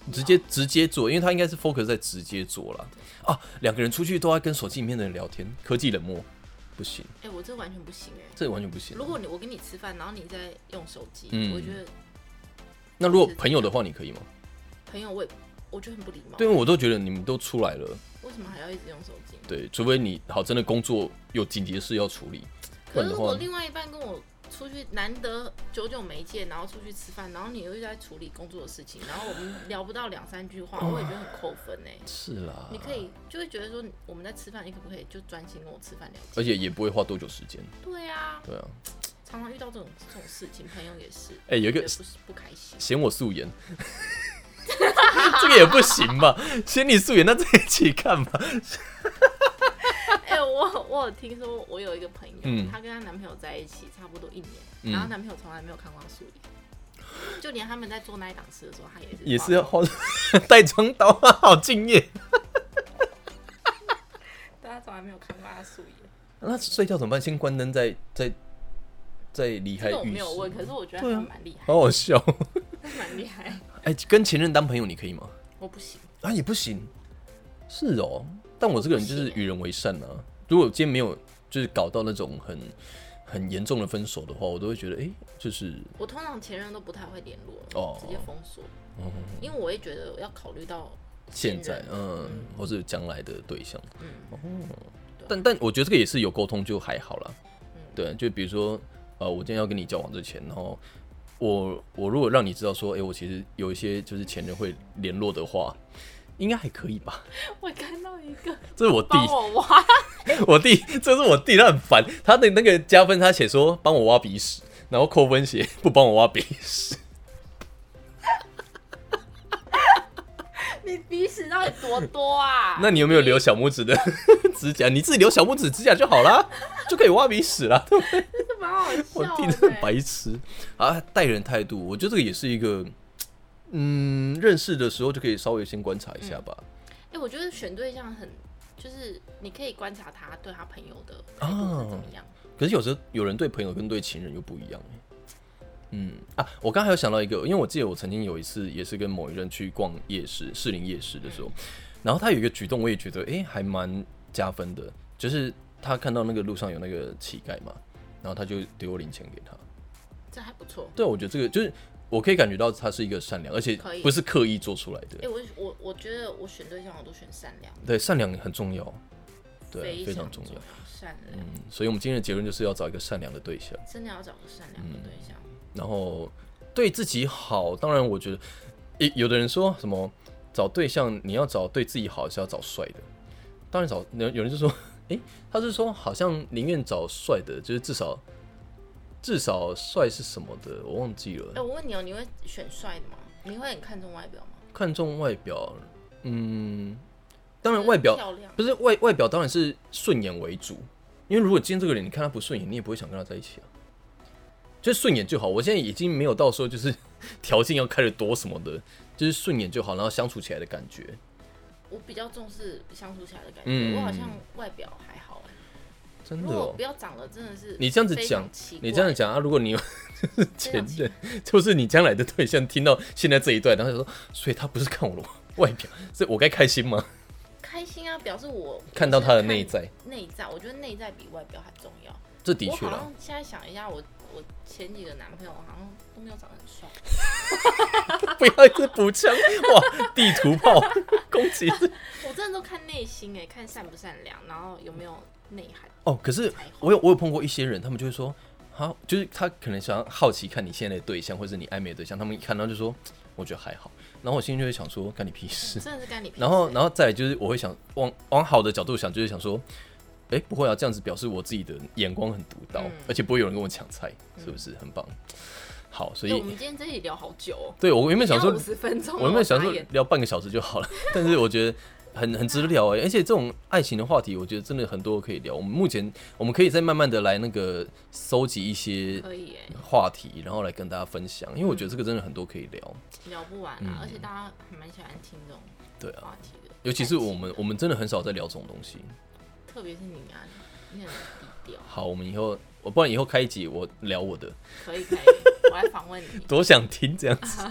Speaker 1: 直接直接做，因为他应该是 focus 在直接做啦。啊，两个人出去都在跟手机里面的人聊天，科技冷漠不行，
Speaker 2: 哎、我这完全不行哎、
Speaker 1: 这完全不行。
Speaker 2: 如果你我跟你吃饭，然后你在用手机，
Speaker 1: 嗯
Speaker 2: 我觉得
Speaker 1: 那如果朋友的话，你可以吗？
Speaker 2: 朋友我也我觉得很不礼貌。
Speaker 1: 对，因为我都觉得你们都出来了，
Speaker 2: 为什么还要一直用手机？
Speaker 1: 对，除非你好真的工作有紧急的事要处理，不
Speaker 2: 可是
Speaker 1: 然的
Speaker 2: 如果
Speaker 1: 话，
Speaker 2: 另外一半跟我出去，难得久久没见，然后出去吃饭，然后你又在处理工作的事情，然后我们聊不到两三句 话，我也觉得很扣分哎、
Speaker 1: 是啦，
Speaker 2: 你可，以就会觉得说，我们在吃饭，你可不可以就专心跟我吃饭聊天？
Speaker 1: 而且也不会花多久时间，
Speaker 2: 对啊，
Speaker 1: 对啊。
Speaker 2: 常常遇到这种这种事情，朋友也是，
Speaker 1: 哎、有
Speaker 2: 觉
Speaker 1: 一个
Speaker 2: 得不是不开心。
Speaker 1: 嫌我素颜， 这个也不行吧？嫌你素颜，那在一起干嘛？
Speaker 2: 哎、我我有听说，我有一个朋友，
Speaker 1: 嗯
Speaker 2: 她跟她男朋友在一起差不多一年，
Speaker 1: 嗯
Speaker 2: 然后男朋友从来没有看过她素颜，就连他们在做那一档事的时候，她也是
Speaker 1: 也
Speaker 2: 化
Speaker 1: 是哦要花带妆刀啊，好敬业。
Speaker 2: 但她从来没有看过她素颜。
Speaker 1: 那睡觉怎么办？先关灯再再再离开
Speaker 2: 这个我
Speaker 1: 浴
Speaker 2: 没
Speaker 1: 室
Speaker 2: 有，问，可是我觉得
Speaker 1: 对啊
Speaker 2: 她蛮厉害，
Speaker 1: 好好笑。
Speaker 2: 她蛮厉害。
Speaker 1: 哎、跟前任当朋友你可以吗？
Speaker 2: 我不行，
Speaker 1: 啊，也不行。是哦，但我这个人就是
Speaker 2: 不行
Speaker 1: 与人为善啊。如果今天没有就是搞到那种很很严重的分手的话，我都会觉得哎、就是
Speaker 2: 我通常前任都不太会联络，
Speaker 1: 哦
Speaker 2: 直接封锁，
Speaker 1: 嗯
Speaker 2: 因为我会觉得要考虑到
Speaker 1: 现在
Speaker 2: 前任
Speaker 1: 嗯，或是将来的对象。
Speaker 2: 嗯
Speaker 1: 哦，
Speaker 2: 对
Speaker 1: 但但我觉得这个也是有沟通就还好啦。
Speaker 2: 嗯
Speaker 1: 对，啊就比如说呃，我今天要跟你交往之前，然后我我如果让你知道说，哎、我其实有一些就是前任会联络的话，应该还可以吧？
Speaker 2: 我看到一个
Speaker 1: 这是我弟，
Speaker 2: 帮我挖，
Speaker 1: 我弟，这是我弟，他很烦。他的那个加分，他写说帮我挖鼻屎，然后扣分写不帮我挖鼻屎。
Speaker 2: 你鼻屎到底多多啊？
Speaker 1: 那你有没有留小拇指的 指甲？你自己留小拇指指甲就好啦，就可以挖鼻屎啦。
Speaker 2: 这蛮好
Speaker 1: 我
Speaker 2: 笑
Speaker 1: 弟
Speaker 2: 的、欸
Speaker 1: 真的白痴啊！待人态度，我觉得这个也是一个，嗯，认识的时候就可以稍微先观察一下吧。
Speaker 2: 哎、我觉得选对象很，就是你可以观察他对他朋友的态度是怎么
Speaker 1: 啊
Speaker 2: 样。
Speaker 1: 可是有时候有人对朋友跟对情人又不一样欸嗯啊，我刚才有想到一个，因为我记得我曾经有一次也是跟某一任去逛夜市，士林夜市的时候，然后他有一个举动，我也觉得诶还蛮加分的，就是他看到那个路上有那个乞丐嘛，然后他就丢零钱给他。
Speaker 2: 这还不错。
Speaker 1: 对，我觉得这个就是我可以感觉到他是一个善良，而且
Speaker 2: 可以
Speaker 1: 不是刻意做出来的
Speaker 2: 哎、。我我我觉得我选对象我都选善良，
Speaker 1: 对，善良很重要，对，非
Speaker 2: 常
Speaker 1: 常重要。，
Speaker 2: 善良、
Speaker 1: 嗯，所以我们今天的结论就是要找一个善良的对象，
Speaker 2: 真的要找个善良
Speaker 1: 嗯
Speaker 2: 的对象。
Speaker 1: 然后对自己好。当然，我觉得，诶，有的人说什么找对象，你要找对自己好，是要找帅的。当然找，有有人就说，诶，他是说好像宁愿找帅的，就是至少至少帅是什么的，我忘记了
Speaker 2: 哎、。我问你哦、你会选帅的吗？你会很看重外表吗？
Speaker 1: 看重外表，嗯，当然外表
Speaker 2: 漂亮，
Speaker 1: 不是外外表当然是顺眼为主，因为如果今天这个人你看他不顺眼，你也不会想跟他在一起啊。就顺眼就好，我现在已经没有到说就是条件要开得多什么的，就是顺眼就好，然后相处起来的感觉。
Speaker 2: 我比较重视相处起来的感觉。
Speaker 1: 嗯
Speaker 2: 我好像外表还好、哎
Speaker 1: 真
Speaker 2: 如
Speaker 1: 的
Speaker 2: 果
Speaker 1: 哦
Speaker 2: 不，要长了，真的是
Speaker 1: 你这样子
Speaker 2: 非
Speaker 1: 讲
Speaker 2: 常奇，怪
Speaker 1: 你这样讲啊，如果你有就是
Speaker 2: 非
Speaker 1: 前
Speaker 2: 常奇
Speaker 1: 任，就是你将来的对象，听到现在这一段，然后就说，所以他不是看我的外表，所以我该开心吗？
Speaker 2: 开心啊，表示我
Speaker 1: 看到他的内在，
Speaker 2: 内在，我觉得内在比外表还重要。
Speaker 1: 这的
Speaker 2: 我
Speaker 1: 确
Speaker 2: 好
Speaker 1: 啦
Speaker 2: 像，现在想一下，我我前几个男朋友好像都没有长得很帅，
Speaker 1: 不要一直补枪，哇，地图炮 攻击是
Speaker 2: 我真的都看内心哎、看善不善良，然后有没有内涵。
Speaker 1: 哦，可是我有我有碰过一些人，他们就会说，好，就是他可能想要好奇看你现在的对象，或者是你暧昧的对象，他们一看到就说，我觉得还好。然后我心里就会想说，干你屁事。
Speaker 2: 真的是干你屁事。欸
Speaker 1: 然后，然后再来就是我会想往往好的角度想，就是想说，哎、不会啊，这样子表示我自己的眼光很独到，
Speaker 2: 嗯
Speaker 1: 而且不会有人跟我抢菜，是不是很棒？好，所
Speaker 2: 对，哎我
Speaker 1: 以
Speaker 2: 们今天这里聊好久、哦，
Speaker 1: 对我原本想说
Speaker 2: 五十分钟哦，
Speaker 1: 我原本想说
Speaker 2: 傻眼
Speaker 1: 聊半个小时就好了， 但是我觉得很很值得聊哎、而且这种爱情的话题，我觉得真的很多可以聊。我们目前我们可以再慢慢的来那个搜集一些
Speaker 2: 可以哎、
Speaker 1: 话题，然后来跟大家分享，因为我觉得这个真的很多可以聊。
Speaker 2: 聊不完啊，而且大家还蛮喜欢听这种
Speaker 1: 对啊，
Speaker 2: 话题的，
Speaker 1: 嗯尤其是我们我们真的很少在聊这种东西。
Speaker 2: 特别是你啊，你很低调，啊
Speaker 1: 好，我们以后我不然以后开一集我聊我的，
Speaker 2: 可以可 以，我来访问你。
Speaker 1: 多想听这样 子。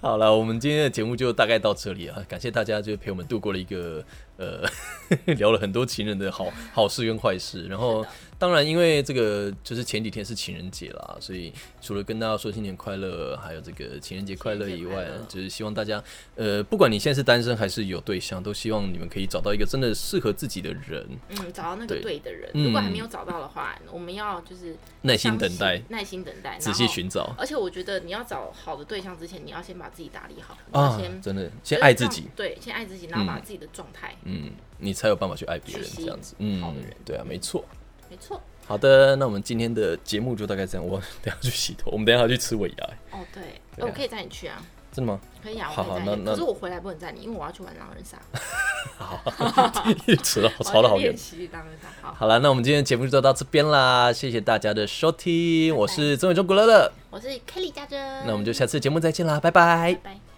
Speaker 1: 好了，我们今天的节目就大概到这里啊，感谢大家就陪我们度过了一个呃 聊了很多情人的好好事跟坏事。然后当然因为这个就是前几天是情人节啦，所以除了跟大家说新年快乐，还有这个情人节快乐以
Speaker 2: 情人
Speaker 1: 外
Speaker 2: 节快乐，嗯
Speaker 1: 就是希望大家呃不管你现在是单身还是有对象，都希望你们可以找到一个真的适合自己的人，
Speaker 2: 嗯，找到那个
Speaker 1: 对
Speaker 2: 对的人。
Speaker 1: 嗯
Speaker 2: 如果还没有找到的话，我们要就是
Speaker 1: 耐心
Speaker 2: 相
Speaker 1: 等待，
Speaker 2: 耐心等待，
Speaker 1: 仔
Speaker 2: 然
Speaker 1: 细
Speaker 2: 后
Speaker 1: 寻找
Speaker 2: 而且我觉得你要找好的对象之前，你要先把自己打理好，你要
Speaker 1: 啊
Speaker 2: 先、，
Speaker 1: 真的先爱自
Speaker 2: 就
Speaker 1: 己
Speaker 2: 是让。对，先爱自己，然后把自己的状态，
Speaker 1: 嗯，你才有办法去爱别人
Speaker 2: 去吸
Speaker 1: 这
Speaker 2: 引
Speaker 1: 样子。嗯
Speaker 2: 好的人，
Speaker 1: 对啊，没错。
Speaker 2: 没错。
Speaker 1: 好的，那我们今天的节目就大概这样。我等一下去洗头，我们等一下要去吃尾牙，欸
Speaker 2: 哦，对，
Speaker 1: 对啊
Speaker 2: 哎我可以载你去啊，
Speaker 1: 真的吗？
Speaker 2: 可以啊，
Speaker 1: 好
Speaker 2: 我可以载
Speaker 1: 好
Speaker 2: 你。
Speaker 1: 那那
Speaker 2: 可是我回来不能载你，因为我要去玩狼 人杀，
Speaker 1: 一直扯到
Speaker 2: 我
Speaker 1: 吵
Speaker 2: 要
Speaker 1: 得好
Speaker 2: 去
Speaker 1: 远
Speaker 2: 练。习狼人杀。好，
Speaker 1: 好了，那我们今天的节目就到这边啦，谢谢大家的收听，我是曾伟忠古乐乐，
Speaker 2: 我是 Kelly 家珍，
Speaker 1: 那我们就下次节目再见啦，拜拜
Speaker 2: 拜。拜。